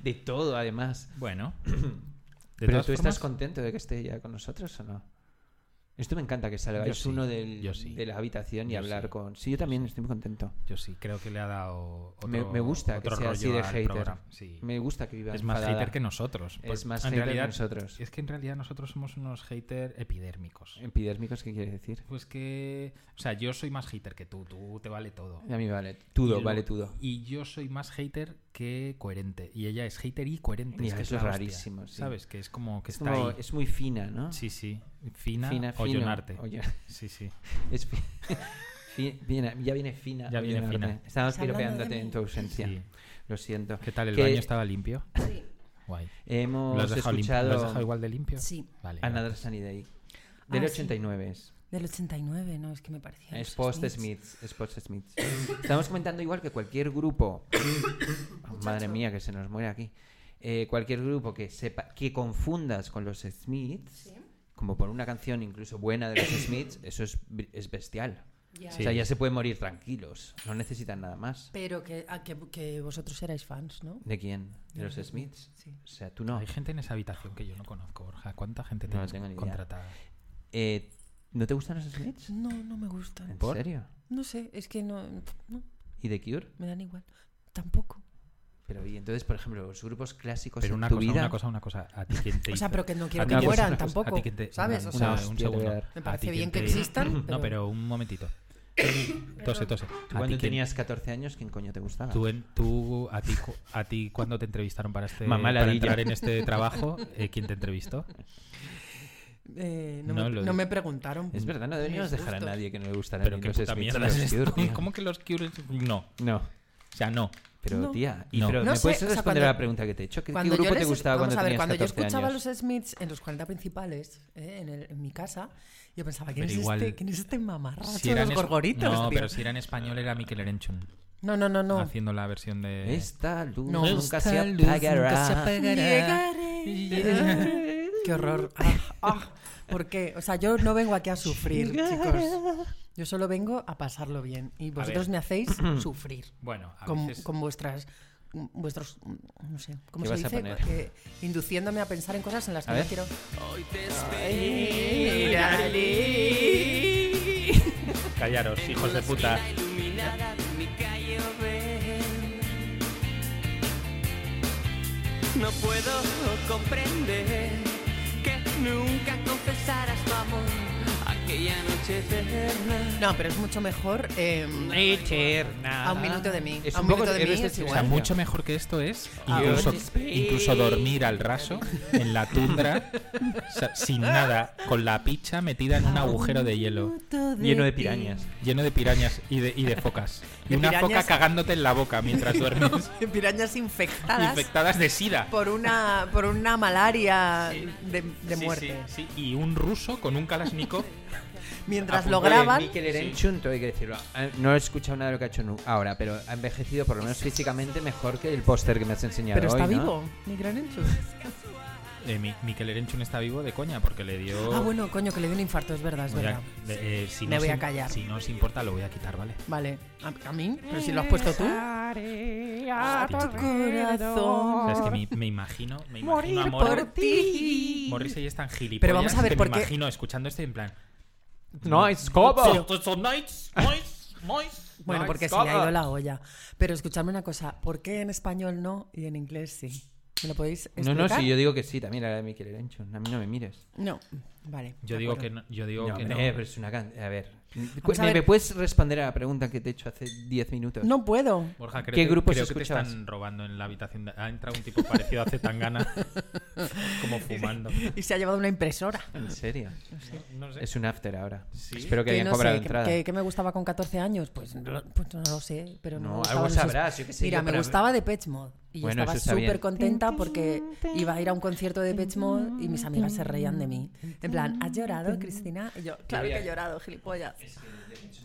A: de todo, además.
C: Bueno. De
A: Pero
C: todas
A: tú
C: formas,
A: estás contento de que esté ya con nosotros o no? Esto me encanta que salgáis
C: sí,
A: uno del-
C: yo sí.
A: de la habitación y
C: Yo
A: hablar
C: sí,
A: con. Sí, yo también estoy muy contento.
C: Yo sí, creo que le ha dado. Otro,
A: me, me gusta que
C: otro
A: sea así
C: rollo
A: de
C: al
A: hater.
C: programa. Sí.
A: Me gusta que viva
C: Es más
A: enfadada.
C: hater que nosotros.
A: Es
C: Pues,
A: más
C: en
A: hater
C: realidad,
A: que nosotros. Eh.
C: Es que en realidad nosotros somos unos hater epidérmicos.
A: Epidérmicos, ¿qué quiere decir?
C: Pues que. O sea, yo soy más hater que tú. Tú te vale todo.
A: A mí me vale. Tudo,
C: Y lo-
A: vale tudo.
C: Y yo soy más hater que coherente. Y ella es hater y coherente.
A: Ya,
C: es que
A: eso
C: la
A: es
C: hostia,
A: rarísimo, sí.
C: ¿Sabes? Que es como que
A: Es,
C: está
A: como-
C: ahí.
A: es muy fina, ¿no?
C: Sí, sí. Fina,
A: Fina,
C: o
A: fino.
C: llorarte.
A: Oye,
C: Sí, sí.
A: es fi- fi- viene- ya viene fina.
C: Ya
A: o
C: viene
A: llorarte.
C: fina.
A: Estábamos
B: Está hablando de
A: piropeándote
B: mí.
A: en tu ausencia.
C: Sí.
A: Lo siento.
C: ¿Qué tal? ¿El
A: Que
C: baño estaba limpio?
B: Sí.
C: Guay.
A: Hemos
C: ¿Lo has dejado limpio?
A: escuchado
C: ¿Lo has dejado igual de limpio?
B: Sí.
C: Vale.
A: Another Sunny Day. Del
B: Ah, sí.
A: 89 es.
B: Del 89, no, es que me parecía.
A: Es
B: los
A: post
B: Smiths.
A: Smiths, es post Smiths. Estamos comentando igual que cualquier grupo. Ah, madre mía, que se nos muere aquí. Eh, cualquier grupo que sepa que confundas con los Smiths, como por una canción incluso buena de los Smiths, eso es, br- es bestial.
B: Ya.
A: O sea, ya se pueden morir tranquilos. No necesitan nada más.
B: Pero que, ah, que, que vosotros erais fans, ¿no?
A: ¿De quién? ¿De los Smiths?
B: Sí.
A: O sea, tú no.
C: Hay gente en esa habitación que yo no conozco, Borja. ¿Cuánta gente
A: No
C: tienes
A: tengo ni idea.
C: contratada?
A: Eh, ¿No te gustan los Smiths?
B: No, no me gustan.
A: ¿En serio?
B: No sé, es que no, no,
A: ¿Y The Cure?
B: me dan igual. Tampoco.
A: Pero y entonces, por ejemplo, los grupos clásicos Pues
C: Pero
A: en
C: una
A: tu
C: cosa,
A: vida...
C: una cosa, una cosa. A ti quién te
B: O sea,
C: hizo-
B: pero que no quiero
C: a ti
B: que
C: quién-
B: mueran
C: una cosa, a
B: tampoco,
C: ti quién te-
B: ¿sabes?
C: una-
B: O sea,
C: una-
A: hostia,
C: un
A: voy a
C: segundo.
A: dar.
B: Me
C: A
B: parece
C: ti quién
B: bien que
C: te-
B: existan,
C: No,
B: pero-
C: pero un momentito. Tose, tose.
A: ¿Tú
C: ¿A
A: cuando
C: ti quién-
A: tenías 14 años, quién coño te gustaba?
C: Tú, en- tú- a ti, cu- a ti cuando te entrevistaron para este,
A: Mamá
C: para
A: ladilla.
C: entrar en este trabajo, eh, ¿quién te entrevistó?
B: Eh,
C: No,
B: no, me,
C: lo
B: no
C: digo.
B: me preguntaron.
A: Es verdad, no deberíamos
B: Mis
A: dejar a
B: gustos.
A: nadie que no le gustara
C: Pero
A: ni
C: qué
A: los
C: puta
A: Smiths ni
C: mierda es
A: los
C: esto.
A: Cure, tía.
C: ¿Cómo que los Cures? No,
A: No,
C: o sea, no.
A: pero
B: No.
A: tía, y
C: No.
A: pero
B: No
A: ¿me
B: sé,
A: puedes
B: o sea,
A: responder
B: cuando-
A: a la pregunta que te he hecho? ¿Qué, qué
B: Cuando yo
A: grupo te
B: les-
A: gustaba
B: vamos
A: cuando
B: a ver,
A: tenías
B: cuando yo
A: 14
B: escuchaba
A: años?
B: a los Smiths en los 40 principales, eh, en, el- en mi casa, yo pensaba, ¿quién,
C: Pero
B: es,
C: igual-
B: este, ¿quién es este mamarracho
C: Si
B: de
C: eran
B: los
C: es-
B: gorgoritos,
C: no,
B: tío?
C: pero si era en español era Mikel Erenchun
B: No, no, no, no.
C: haciendo la versión de...
A: Esta luz
B: No.
A: nunca se
C: Esta luz nunca se
A: apagará.
C: apagará.
B: Llegaré.
C: Llegaré.
B: Qué horror. Ah, ah. ¿Por qué? O sea, yo no vengo aquí a sufrir, chicos. Yo solo vengo a pasarlo bien. Y vosotros
C: ver.
B: me hacéis sufrir.
C: Bueno, a
B: con,
C: veces...
B: con vuestras vuestros no sé cómo
A: ¿Qué
B: se
A: vas a
B: dice
A: poner?
B: Eh, induciéndome a pensar en cosas en las
A: A
B: que no
A: ver.
B: quiero
C: Callaros, hijos de puta.
J: No puedo comprender que nunca confesaras tu amor aquella noche eterna.
B: no pero es mucho mejor eh, a un minuto de mí
A: Es
B: a un,
A: un poco
B: minuto de mí
A: héroes del
B: es
C: O
B: igual
A: Guardia.
C: sea, mucho mejor que esto es
B: Ah,
C: incluso,
B: bueno.
C: incluso dormir al raso en la tundra, o sea, sin nada, con la picha metida en un agujero de hielo,
A: Lleno de pirañas.
C: lleno de pirañas y de, y de focas. Y
B: De
C: una
B: pirañas-
C: foca cagándote en la boca mientras duermes,
B: pirañas infectadas
C: infectadas de sida.
B: por una por una malaria
C: Sí.
B: de, de
C: Sí, sí,
B: muerte
C: sí. Y un ruso con un Kalashnikov.
B: mientras
A: Apunto
B: lo
A: de
B: graban
A: Mikel Erenchun, todo hay que decirlo. Ah, No he escuchado nada de lo que ha hecho nu- ahora, pero ha envejecido por lo menos físicamente mejor que el póster que me has enseñado
B: pero
A: hoy,
B: está
A: ¿no?
B: vivo mi gran Enchu.
C: Eh, Mi- Mikel Erenchun está vivo de coña porque le dio.
A: Oh.
B: ah bueno coño que le dio un infarto es verdad es
C: Voy a-
B: verdad
C: eh, eh, si
B: Me
C: no
B: voy
C: os
B: a
C: im-
B: callar.
C: Si no os importa, lo voy a quitar, ¿vale?
B: vale a, a mí pero si lo has puesto tú
C: Hostia. O
B: corazón
C: sea, es que me, me imagino, me imagino a
A: ¿eh?
C: Mor-
B: por ti
C: Morrissey es tan gilipollas
B: Pero vamos a ver
C: que
B: por
C: me
B: qué- Oh.
C: imagino escuchando este en plan.
A: No, es como.
C: "Estos son nice, nice".
B: Bueno, porque se me ha ido la olla. Pero escuchadme una cosa, ¿por qué en español no y en inglés sí? ¿Me lo podéis
A: No,
B: explicar?
A: no, si yo digo que sí, también la de Mikel Erenchun. A mí no me mires.
B: No, vale.
C: Yo
B: de
C: digo
B: acuerdo.
C: que no. Yo digo
A: No,
C: que
A: hombre,
C: no.
A: pero es una can- A ver.
B: Vamos a
A: ¿Me,
B: ver.
A: me puedes responder a la pregunta que te he hecho hace 10 minutos?
B: No puedo.
C: Borja, creo,
A: ¿Qué
C: que-
A: grupos
C: creo que te
A: escuchabas?
C: están robando en la habitación. de- Ha entrado un tipo parecido a Zetangana, como fumando.
B: Y se ha llevado una impresora.
A: ¿En serio?
C: No sé.
A: Es un after ahora.
C: Sí.
A: Espero que, hayan
B: no
A: cobrado
B: sé, que-
A: entrada.
B: que- que me gustaba con 14 años? Pues no, lo- pues no lo sé, pero no,
A: No,
B: me
A: algo
B: gustaban esos-
A: sabrás, yo qué sé,
B: Mira,
A: yo
B: me
A: para-
B: gustaba de Mode y yo
A: Bueno,
B: estaba
A: eso está bien.
B: súper contenta porque iba a ir a un concierto de Depeche Mode y mis amigas se reían de mí. En plan, ¿has llorado, Cristina? Y yo, claro que he llorado, gilipollas.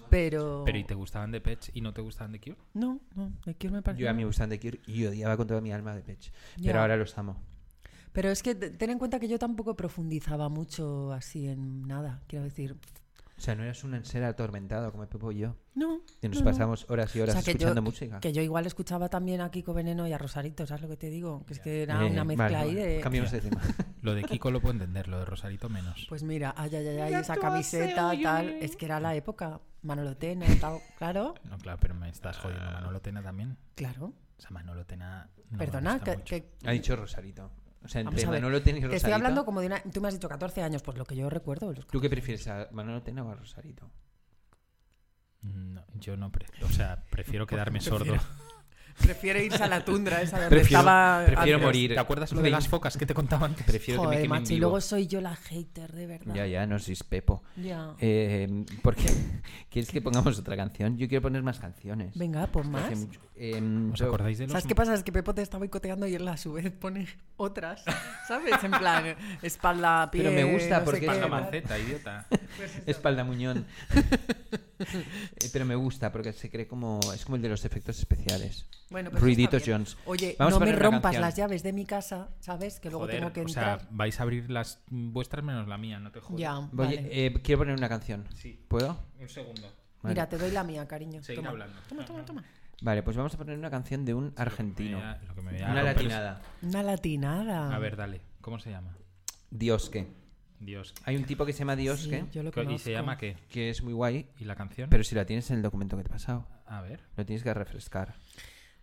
B: Pero...
C: Pero ¿y te gustaban de Pets y no te gustaban de Cure?
B: No, no, de Cure me parece...
A: Yo a mí me gustan de Cure y odiaba con toda mi alma de Pech. Pero
B: Ya.
A: ahora los amo.
B: Pero es que te- ten en cuenta que yo tampoco profundizaba mucho así en nada. Quiero decir,
A: O sea, no eras un ser atormentado como Pepo y yo.
B: no.
A: Que nos
B: no, no.
A: pasamos horas y horas
B: O sea, que yo-
A: escuchando música.
B: Que yo igual escuchaba también a Kiko Veneno y a Rosarito, ¿sabes lo que te digo? Que es que era
A: Eh,
B: una
A: vale,
B: mezcla ahí
A: bueno,
B: de...
A: Cambiamos de tema.
C: Lo de Kiko lo puedo entender, lo de Rosarito menos.
B: Pues mira, ay, ay, ay, ay, esa camiseta, tal. Es que era la época. Manolo Tena, tal. Claro,
C: No, claro, pero me estás jodiendo. Manolo Tena también.
B: claro.
C: O sea, Manolo Tena. no me
B: Perdona,
C: gusta
B: que,
C: mucho.
B: que-
A: Ha dicho Rosarito. O sea,
B: vamos
A: entre
B: a ver.
A: Manolo Tena y
B: que
A: Rosarito.
B: estoy hablando como de una... Tú me has dicho 14 años, pues lo que yo recuerdo. los-
A: ¿Tú qué prefieres, a Manolo Tena o a Rosarito?
C: Mm, No, yo no. pre- O sea, prefiero quedarme sordo.
B: Prefiero irse a la tundra esa donde
A: Prefiero-
B: estaba...
A: prefiero
B: antes.
A: morir.
C: ¿Te acuerdas lo de las focas que te contaban?
A: Prefiero que me
B: Joder,
A: quemen
B: macho, y
A: vivo.
B: luego soy yo la hater, de verdad.
A: Ya, ya, no sois Pepo.
B: Ya.
A: Eh, ¿Por qué? ¿Quieres que pongamos otra canción? Yo quiero poner más canciones.
B: Venga, pon
A: Hace
B: más.
A: mucho- em,
C: ¿Os
A: yo-
C: acordáis de los.?
B: ¿Sabes qué pasa? Es que Pepo te está boicoteando y él a su vez pone otras, ¿sabes? En plan, espalda, pie...
A: Pero me gusta
B: no sé
A: porque-
B: qué,
A: Espalda
C: Paja
B: tal.
C: Manceta, idiota.
A: Espalda Muñón. Eh, Pero me gusta porque se cree como. Es como el de los efectos especiales.
B: Bueno, pues
A: Ruiditos
B: está bien.
A: Jones.
B: Oye,
A: Vamos a
B: no me
A: poner una
B: rompas
A: canción.
B: las llaves de mi casa, ¿sabes? Que luego
C: Joder,
B: tengo que
C: o sea,
B: entrar.
C: vais a abrir las vuestras menos la mía, no te jodas.
B: ya,
A: Voy-
B: vale.
A: eh, quiero poner una canción.
C: Sí.
A: ¿Puedo?
C: Un segundo.
A: Vale.
B: Mira, te doy la mía, cariño.
C: Seguid
B: Toma.
C: hablando.
B: Toma, toma, toma.
A: Vale, pues vamos a poner una canción de un argentino.
C: Mira, lo que me voy a
A: Una
C: romper es-
A: latinada.
B: Una latinada.
C: A ver, dale. ¿Cómo se llama?
A: Diosque.
C: Dios.
A: Hay un tipo que se llama
B: Sí,
A: Diosque,
B: yo lo
C: ¿Y
B: conozco.
C: se llama qué?
A: que es muy guay,
C: ¿Y la canción?
A: pero si la tienes en el documento que te he pasado,
C: A ver.
A: lo tienes que refrescar.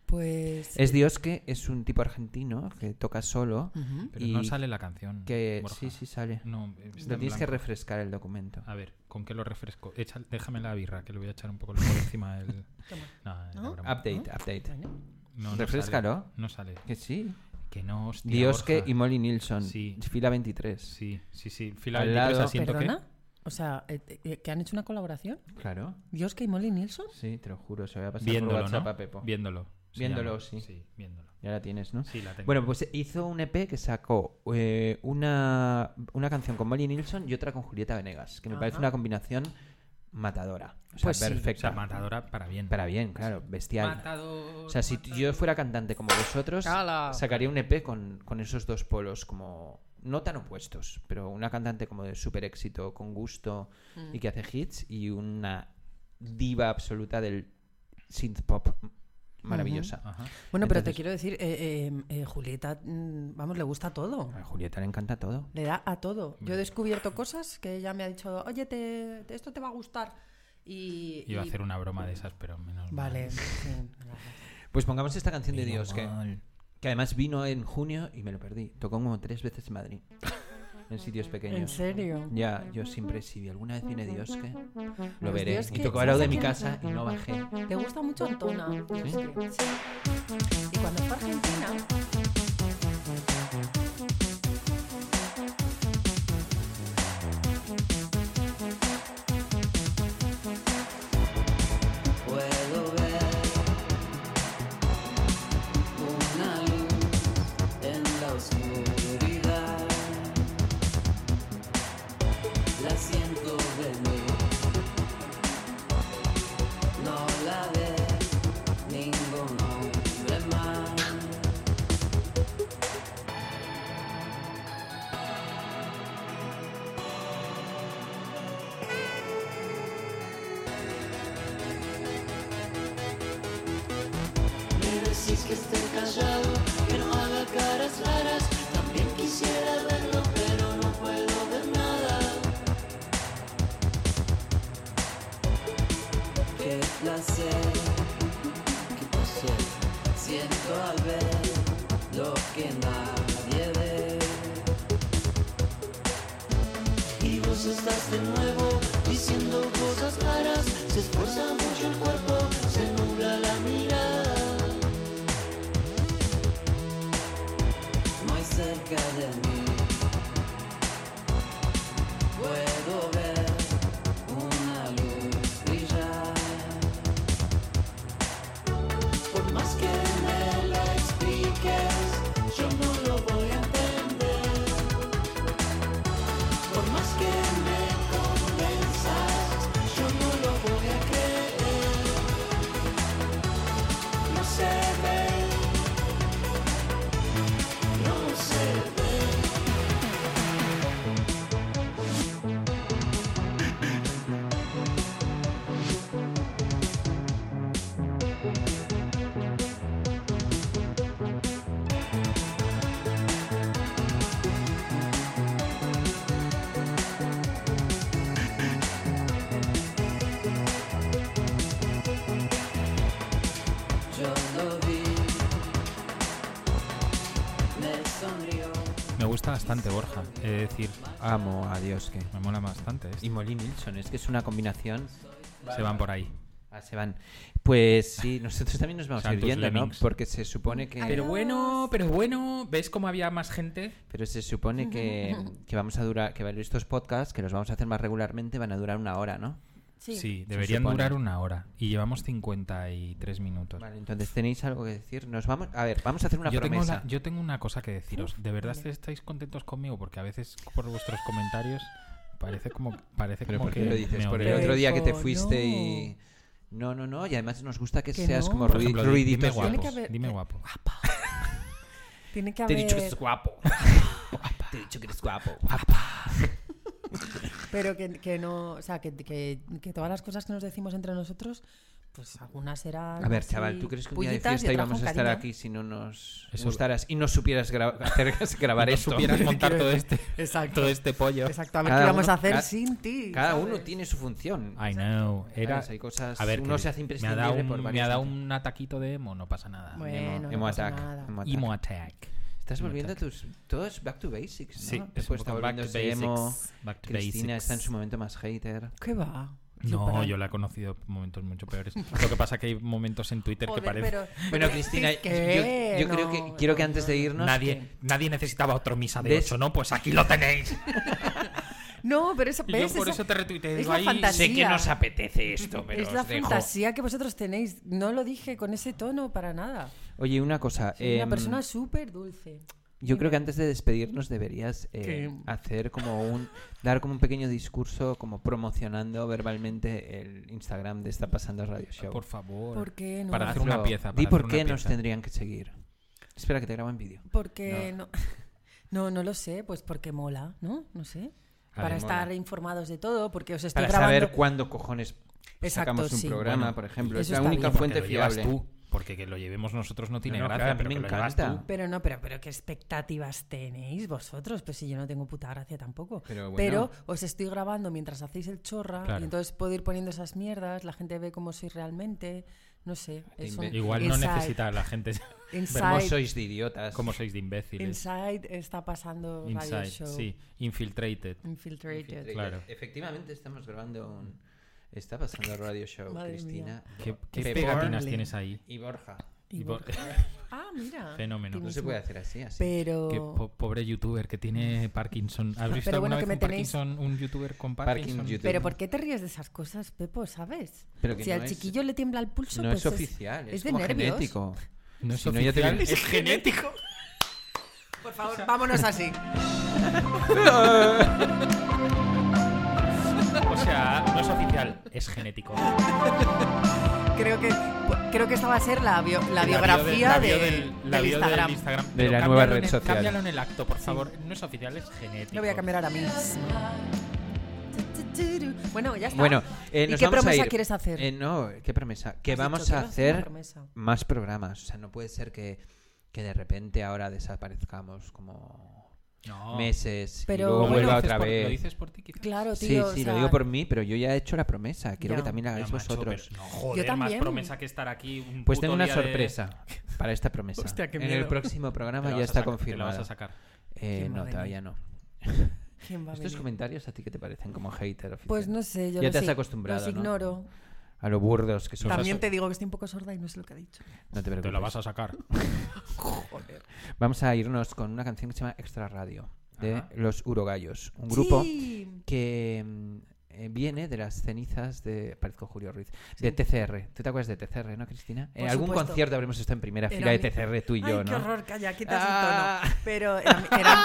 B: Pues...
A: Es Diosque, es un tipo argentino que toca solo.
B: Ujú.
C: Pero
A: y
C: no sale la canción.
A: que
C: Borja.
A: Sí, sí sale.
C: No,
A: Lo tienes que refrescar el documento.
C: A ver, ¿con qué lo refresco? Echa- déjame la birra, que le voy a echar un poco por encima del. No, era broma.
A: Update, update.
C: No, no
A: Refréscalo.
C: sale. No sale.
A: Que sí.
C: Que no, hostia,
A: Diosque
C: Borja.
A: y Molly Nilsson.
C: Sí.
A: Fila 23.
C: Sí, sí, sí. Fila
A: Al
C: 23,
A: lado.
C: asiento
B: ¿Perdona?
C: que.
B: O sea, eh, eh, ¿que han hecho una colaboración?
A: Claro.
B: ¿Dios que y Molly Nilsson?
A: Sí, te lo juro. Se lo voy a pasar por
C: Viéndolo,
A: WhatsApp
C: ¿no?
A: a Pepo.
C: Viéndolo. se
A: Viéndolo,
C: llama.
A: sí.
C: Sí, viéndolo.
A: Ya la tienes, ¿no?
C: Sí, la tengo.
A: Bueno, pues hizo un EP que sacó eh, una, una canción con Molly Nilsson y otra con Julieta Venegas, que me parece una combinación matadora. O sea,
B: Pues sí.
C: o
A: perfecta.
C: sea, matadora para bien.
A: Para bien, claro, bestial.
C: Matador.
A: O sea, si yo fuera cantante como vosotros,
B: ¡Hala!
A: sacaría un EP con, con esos dos polos como no tan opuestos, pero una cantante como de súper éxito, con gusto y que hace hits y una diva absoluta del synth pop maravillosa.
C: Ajá.
B: Bueno, pero te
A: Entonces-
B: quiero decir, eh, eh, eh, Julieta, mm, vamos, le gusta todo.
A: A Julieta le encanta todo.
B: Le da a todo. Yo he descubierto cosas que ella me ha dicho, oye, te, te- esto te va a gustar. Y,
C: Iba a
B: y-
C: hacer una broma de esas, pero menos. mal.
B: Vale, sí, gracias.
A: Pues pongamos esta canción de
C: Menos
A: Dios que,
C: mal.
A: que además vino en junio y me lo perdí. Tocó como tres veces en Madrid, en sitios pequeños.
B: ¿En serio?
A: Ya, yo siempre, si alguna vez viene Dios que lo
B: Pues
A: veré.
B: Dios
A: y
B: que-
A: tocó al lado de
B: ¿sabes
A: mi
B: a quién?
A: casa y no bajé.
B: ¿Te gusta mucho Antona? Dios, que- sí. Y cuando fue a Argentina,
J: Puedo ver una luz en la oscuridad. La siento venir. No la ve ningún hombre más.
H: luz estás de nuevo diciendo cosas caras. Se esfuerza mucho el cuerpo, se nubla la mirada.
J: muy cerca de mí. Puedo ver una luz brillar.
H: Por más que me lo expliques, yo no lo voy a entender. Por más que me convenzas, yo no lo voy a creer. No se ve, no se ve.
J: Yo lo vi, me sonrió.
C: Me gusta bastante Borja, es decir,
A: Amo a Dios que.
C: me mola bastante. esto.
A: Y Molly Nilsson, es que es una combinación.
C: Se van por ahí.
A: Ah, se van. Pues sí, nosotros también nos vamos a ir
C: Santos
A: yendo, ¿no?
C: Lemmings.
A: Porque se supone que.
C: Pero bueno, pero bueno, ¿ves cómo había más gente?
A: Pero se supone que, que vamos a durar, que estos podcasts, que los vamos a hacer más regularmente, van a durar una hora, ¿no?
B: Sí.
C: deberían
A: supone.
C: durar una hora y llevamos 53 minutos.
A: Vale, entonces tenéis algo que decir. Nos vamos, a ver, vamos a hacer una
C: yo, tengo
A: promesa.
C: la- yo tengo una cosa que deciros. ¿De verdad estáis contentos conmigo? Porque a veces por vuestros comentarios parece como, parece
A: Pero
C: como
A: ¿por qué
C: que
A: lo dices?
C: me
A: Por el
C: odiáis.
B: odiáis.
A: otro día que te
B: Eso,
A: fuiste
B: no.
A: y. No, no, no. Y además nos gusta que,
B: Que
A: seas
B: no.
A: como
C: Por
A: ruidi-
C: ejemplo, di- dime
A: ruidito.
C: guapo.
B: Tiene que haber-
C: Dime
B: eh,
C: guapo.
A: Ah,
B: Tiene que
C: Te
B: haber.
C: he dicho que eres guapo. Te he dicho que eres guapo.
B: Pero que, que no. O sea, que, que, que todas las cosas que nos decimos entre nosotros, pues algunas eran.
A: A ver,
B: así
A: chaval, ¿tú crees que un día de
B: pullitas y
A: fiesta
B: otras con
A: íbamos a estar
B: cariño?
A: aquí si no nos
C: Eso-
A: gustaras y no supieras gra- hacer, grabar
C: No
A: esto?
C: supieras montar todo este,
B: Exacto.
C: todo este pollo.
B: Exactamente,
A: Cada
B: ¿qué íbamos
A: uno-
B: a hacer
A: cada-
B: sin ti?
A: Cada
B: ¿sabes?
A: uno tiene su función.
C: I know. Era,
A: Hay cosas-
C: a ver,
A: uno
C: que
A: se hace
C: me ha dado
A: imprescindible
C: un,
A: por
C: me
A: varios
C: ha dado
A: motivos.
C: un ataquito de emo, no pasa nada.
B: Bueno, no
A: Emo
B: pasa
A: attack,
B: nada.
A: emo attack.
C: Emo attack.
A: Estás
C: Emo
A: volviendo a
C: attack.
A: tus. Todo es back to basics. ¿no?
C: Sí,
A: Te
C: es
A: puedes
C: un poco
A: estar
C: back to
A: volviendo emo.
C: basics, back to
A: Cristina
C: basics.
A: está en su momento más hater.
B: ¿Qué va?
C: No,
B: Superan-
C: yo la he conocido en momentos mucho peores. Lo que pasa que hay momentos en Twitter
B: Joder,
C: que parece...
B: pero-
A: Bueno,
B: pero
A: Cristina,
B: es que
A: yo, yo creo
B: no,
A: que quiero que
B: no,
A: antes
B: no,
A: de irnos.
C: Nadie, nadie necesitaba otro misa de
A: Des-
C: ocho, ¿no? Pues aquí lo tenéis.
B: No, pero eso,
C: Y
B: ¿ves?
C: yo por
B: Esa-
C: eso te retuiteé.
B: es
C: digo,
B: la
C: "Ay,
B: fantasía.
C: sé que nos apetece esto, pero
B: es la
C: os dejo".
B: fantasía que vosotros tenéis. No lo dije con ese tono para nada.
A: Oye, una cosa.
B: Soy
A: em,
B: una persona súper dulce.
A: Yo creo que antes de despedirnos deberías eh,
B: ¿Qué?
A: hacer como un dar como un pequeño discurso como promocionando verbalmente el Instagram de está pasando radio show.
C: Por favor.
B: ¿Por qué no?
C: Para hacer una
A: Hazlo.
C: pieza.
A: Di
C: para
A: por
C: hacer una
A: qué nos
C: pieza.
A: tendrían que seguir. Espera que te grabo en vídeo.
B: Porque no. no, no lo sé, pues porque mola, ¿no? No sé.
A: A
B: Para
A: ver,
B: estar
A: mola.
B: informados de todo, porque os estoy
A: Para
B: grabando.
A: saber cuándo cojones
B: Exacto,
A: sacamos un
B: sí.
A: programa,
C: Bueno,
A: por ejemplo, es
B: eso
A: la
B: está
A: única
B: bien.
A: fuente
C: Porque lo llevas
A: fiable.
C: tú, porque que lo llevemos nosotros no tiene
A: No, no,
C: gracia,
A: claro, a mí
C: pero
A: me
C: que lo llevas
A: encanta.
C: tú.
B: Pero no, pero, pero qué expectativas tenéis vosotros, pues si yo no tengo puta gracia tampoco.
A: Pero bueno.
B: os estoy grabando mientras hacéis el chorra
C: Claro.
B: y entonces puedo ir poniendo esas mierdas, la gente ve cómo soy realmente, no sé. Es un
A: Inve-
C: Igual no
B: inside-
C: necesita la gente
A: ¿Cómo
B: Inside,
A: sois de idiotas?
C: como sois de imbéciles.
B: inside está pasando
C: Inside,
B: radio show.
C: sí. Infiltrated.
B: Infiltrated.
C: Claro.
A: Efectivamente estamos grabando un está pasando radio show,
B: Madre
A: Cristina.
C: ¿Qué, qué
A: Pepe
C: pegatinas
B: Borle.
C: tienes ahí?
A: Y Borja.
B: Y
C: Y por-
B: Borja. Ah, mira.
C: Fenómeno.
A: No se
B: Buenísimo.
A: puede hacer así, así.
B: Pero
C: Qué po- pobre youtuber que tiene Parkinson. ¿Has visto
B: Pero
C: alguna
B: bueno, que
C: vez
B: me
C: un,
B: tenéis-
C: Parkinson, un youtuber con
A: Parkinson
C: Parkinson?
A: youtuber.
B: Pero ¿por qué te ríes de esas cosas, Pepo? ¿Sabes?
A: Pero que
B: si
A: no
B: al
A: es-
B: chiquillo le tiembla el pulso,
A: No
B: pues
A: es oficial, es,
B: de
A: como
B: nervios.
A: genético.
C: No es
A: Si no, ya te
C: oficial,
A: viene-
C: es genético.
B: Por favor, vámonos así.
C: O sea, no es oficial, es genético.
B: Creo que creo que esta va a ser la, bio- la
C: La bio del- la
B: biografía
C: bio
B: del-
C: del-
B: del
C: la bio del
B: Instagram.
C: Instagram.
A: De
C: Pero
A: la nueva
C: cámbialo
A: red
C: en el-
A: social.
C: Cámbialo en el acto, por favor. No es oficial, es genético.
B: Lo voy a cambiar ahora mismo. Bueno, ya está.
A: Bueno, eh,
B: ¿Y
A: nos
B: qué
A: vamos a
B: promesa
A: ir.
B: quieres hacer?
A: Eh, no, ¿qué promesa? Que
B: Has
A: vamos
B: dicho que
A: a
B: ibas a hacer una
A: hacer
B: promesa.
A: más programas. O sea, no puede ser que, que de repente ahora desaparezcamos como
C: No.
A: meses
B: Pero
A: y luego
B: No,
C: lo
A: vuelva
C: dices
A: otra
C: por-
A: vez.
C: ¿Lo dices por ti, quizás?
B: claro, tío.
A: sí,
B: o
A: sí,
B: sea,
A: lo digo por mí, pero yo ya he hecho la promesa. Quiero
B: Ya.
A: que también la hagáis
C: Ya, macho,
A: vosotros.
C: pero no, joder, más
B: también.
C: promesa que estar aquí un
A: Pues
C: puto
A: tengo una
C: día de-
A: sorpresa para esta promesa.
B: Hostia, qué
A: En el
B: miedo.
A: próximo
C: Te la
A: programa ya
C: vas a
A: está
C: sacar, te la vas
A: confirmada.
C: a sacar.
A: Eh,
B: Qué
A: no,
B: madre
A: todavía no.
B: ¿Quién va a
A: Estos
B: venir?
A: comentarios a ti que te parecen como hater oficial.
B: Pues no sé, yo
A: ya
B: los
A: te has
B: ig-
A: acostumbrado.
B: los
A: ¿no?
B: ignoro.
A: A los burdos que son.
B: También te digo que estoy un poco sorda y no es lo que ha dicho.
A: No te preocupes.
C: Te la vas a sacar.
A: Vamos a irnos con una canción que se llama Extra Radio de
C: Ajá.
A: los Urogallos, un grupo
B: Sí.
A: que mm, eh, viene de las cenizas de parezco Julio Ruiz, de TCR. ¿Tú te acuerdas de TCR, no, Cristina? En
B: Por
A: algún
B: supuesto.
A: concierto habremos estado en primera
B: Era
A: fila de
B: mi-
A: TCR tú y yo, ¿no?
B: Ay, qué horror, calla, quitas
A: Ah.
B: el tono. Pero era, mi- era-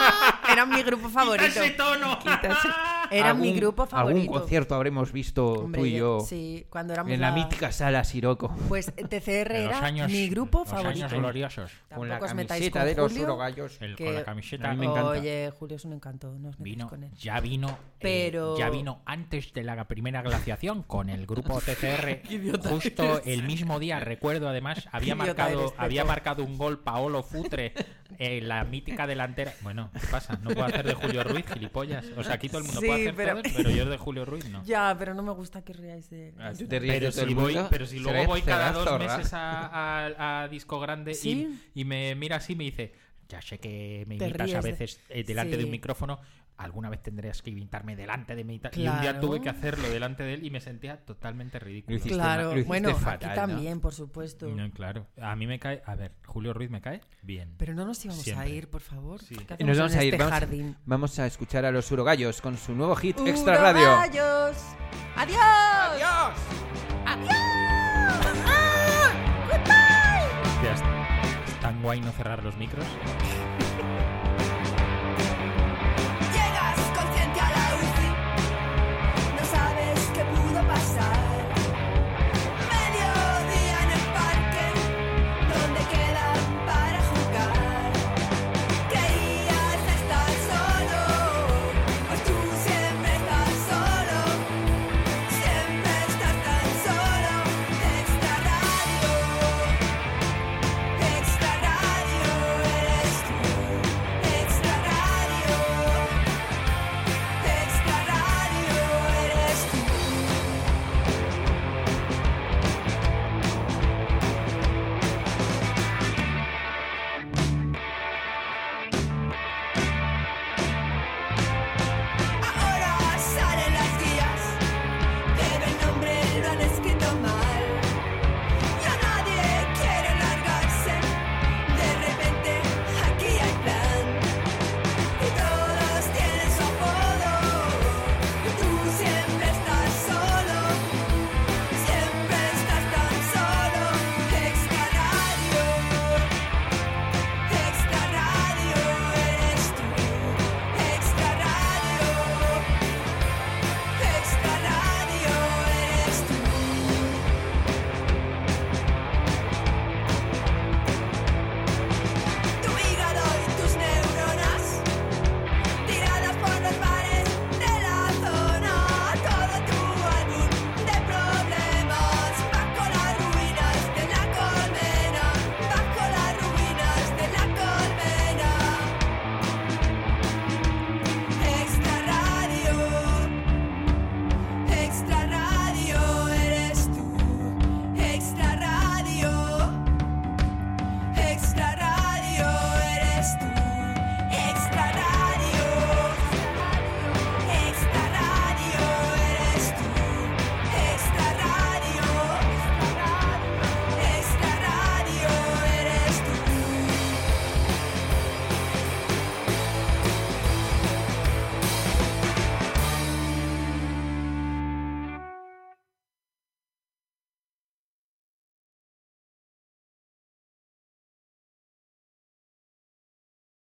B: era mi grupo favorito.
C: ese tono!
B: Quitas- Era mi
A: Algún-
B: grupo
A: Algún
B: favorito.
A: concierto habremos visto
B: Hombre,
A: tú y yo
B: Sí, cuando éramos
A: en la mítica sala Siroco.
B: Pues TCR
C: En los
B: era
C: años-
B: mi grupo
C: los
B: favorito.
C: años gloriosos.
B: Tampoco
A: la
B: os metáis
A: camiseta
B: con
A: de los
B: Julio,
A: Urogallos.
C: El-
B: que-
C: Con la camiseta.
A: A mí me encanta.
B: Oye, Julio es un encanto, no os metáis
C: Vino,
B: con él.
C: ya vino, eh,
B: Pero-
C: ya vino antes de la primera glaciación con el grupo TCR. justo el mismo día, recuerdo además, había
B: idiota eres,
C: marcado,
B: Pepo.
C: había marcado un gol Paolo Futre en la mítica delantera. Bueno, ¿qué pasa? No puedo hacer de Julio Ruiz, gilipollas. O sea, aquí todo el mundo
B: Sí,
C: puede hacer
B: pero-
C: pero... pero yo de Julio Ruiz no.
B: Ya, pero no me gusta que os riáis de...
A: Ah, tú
B: de-
A: te ríes de
C: Pero
A: todo
C: si,
A: el
C: voy,
A: mundo,
C: pero si luego
A: serás-
C: voy cada
A: serás
C: dos
A: zorra.
C: meses a, a- a Disco Grande y-
B: ¿Sí?
C: y, me mira así y me dice, ya sé que me
B: Te
C: imitas a
B: ríes de-
C: veces eh, delante de
B: Sí.
C: un micrófono, alguna vez tendrías que imitarme delante de mí. y tal". Y un
B: Claro.
C: día tuve que hacerlo delante de él y me sentía totalmente ridículo.
A: Lo hiciste mal-
B: Claro,
A: lo hiciste
B: bueno,
A: fatal,
B: aquí
A: ¿no?
B: también, por supuesto.
C: No, claro. A mí me cae... A ver, Julio Ruiz me cae bien.
B: Pero no nos íbamos a
C: Siempre.
B: ir, por favor.
C: Sí.
B: ¿Qué
A: Y nos
B: hacemos
A: vamos
B: en
A: a ir,
B: este
A: vamos,
B: jardín?
A: vamos a escuchar a los Urogallos con su nuevo hit Extra Radio.
B: Urogallos. ¡Adiós! ¡Adiós! ¡Adiós! ¡Ah! ¡Goodbye!
C: Ya es- es tan guay no cerrar los micros.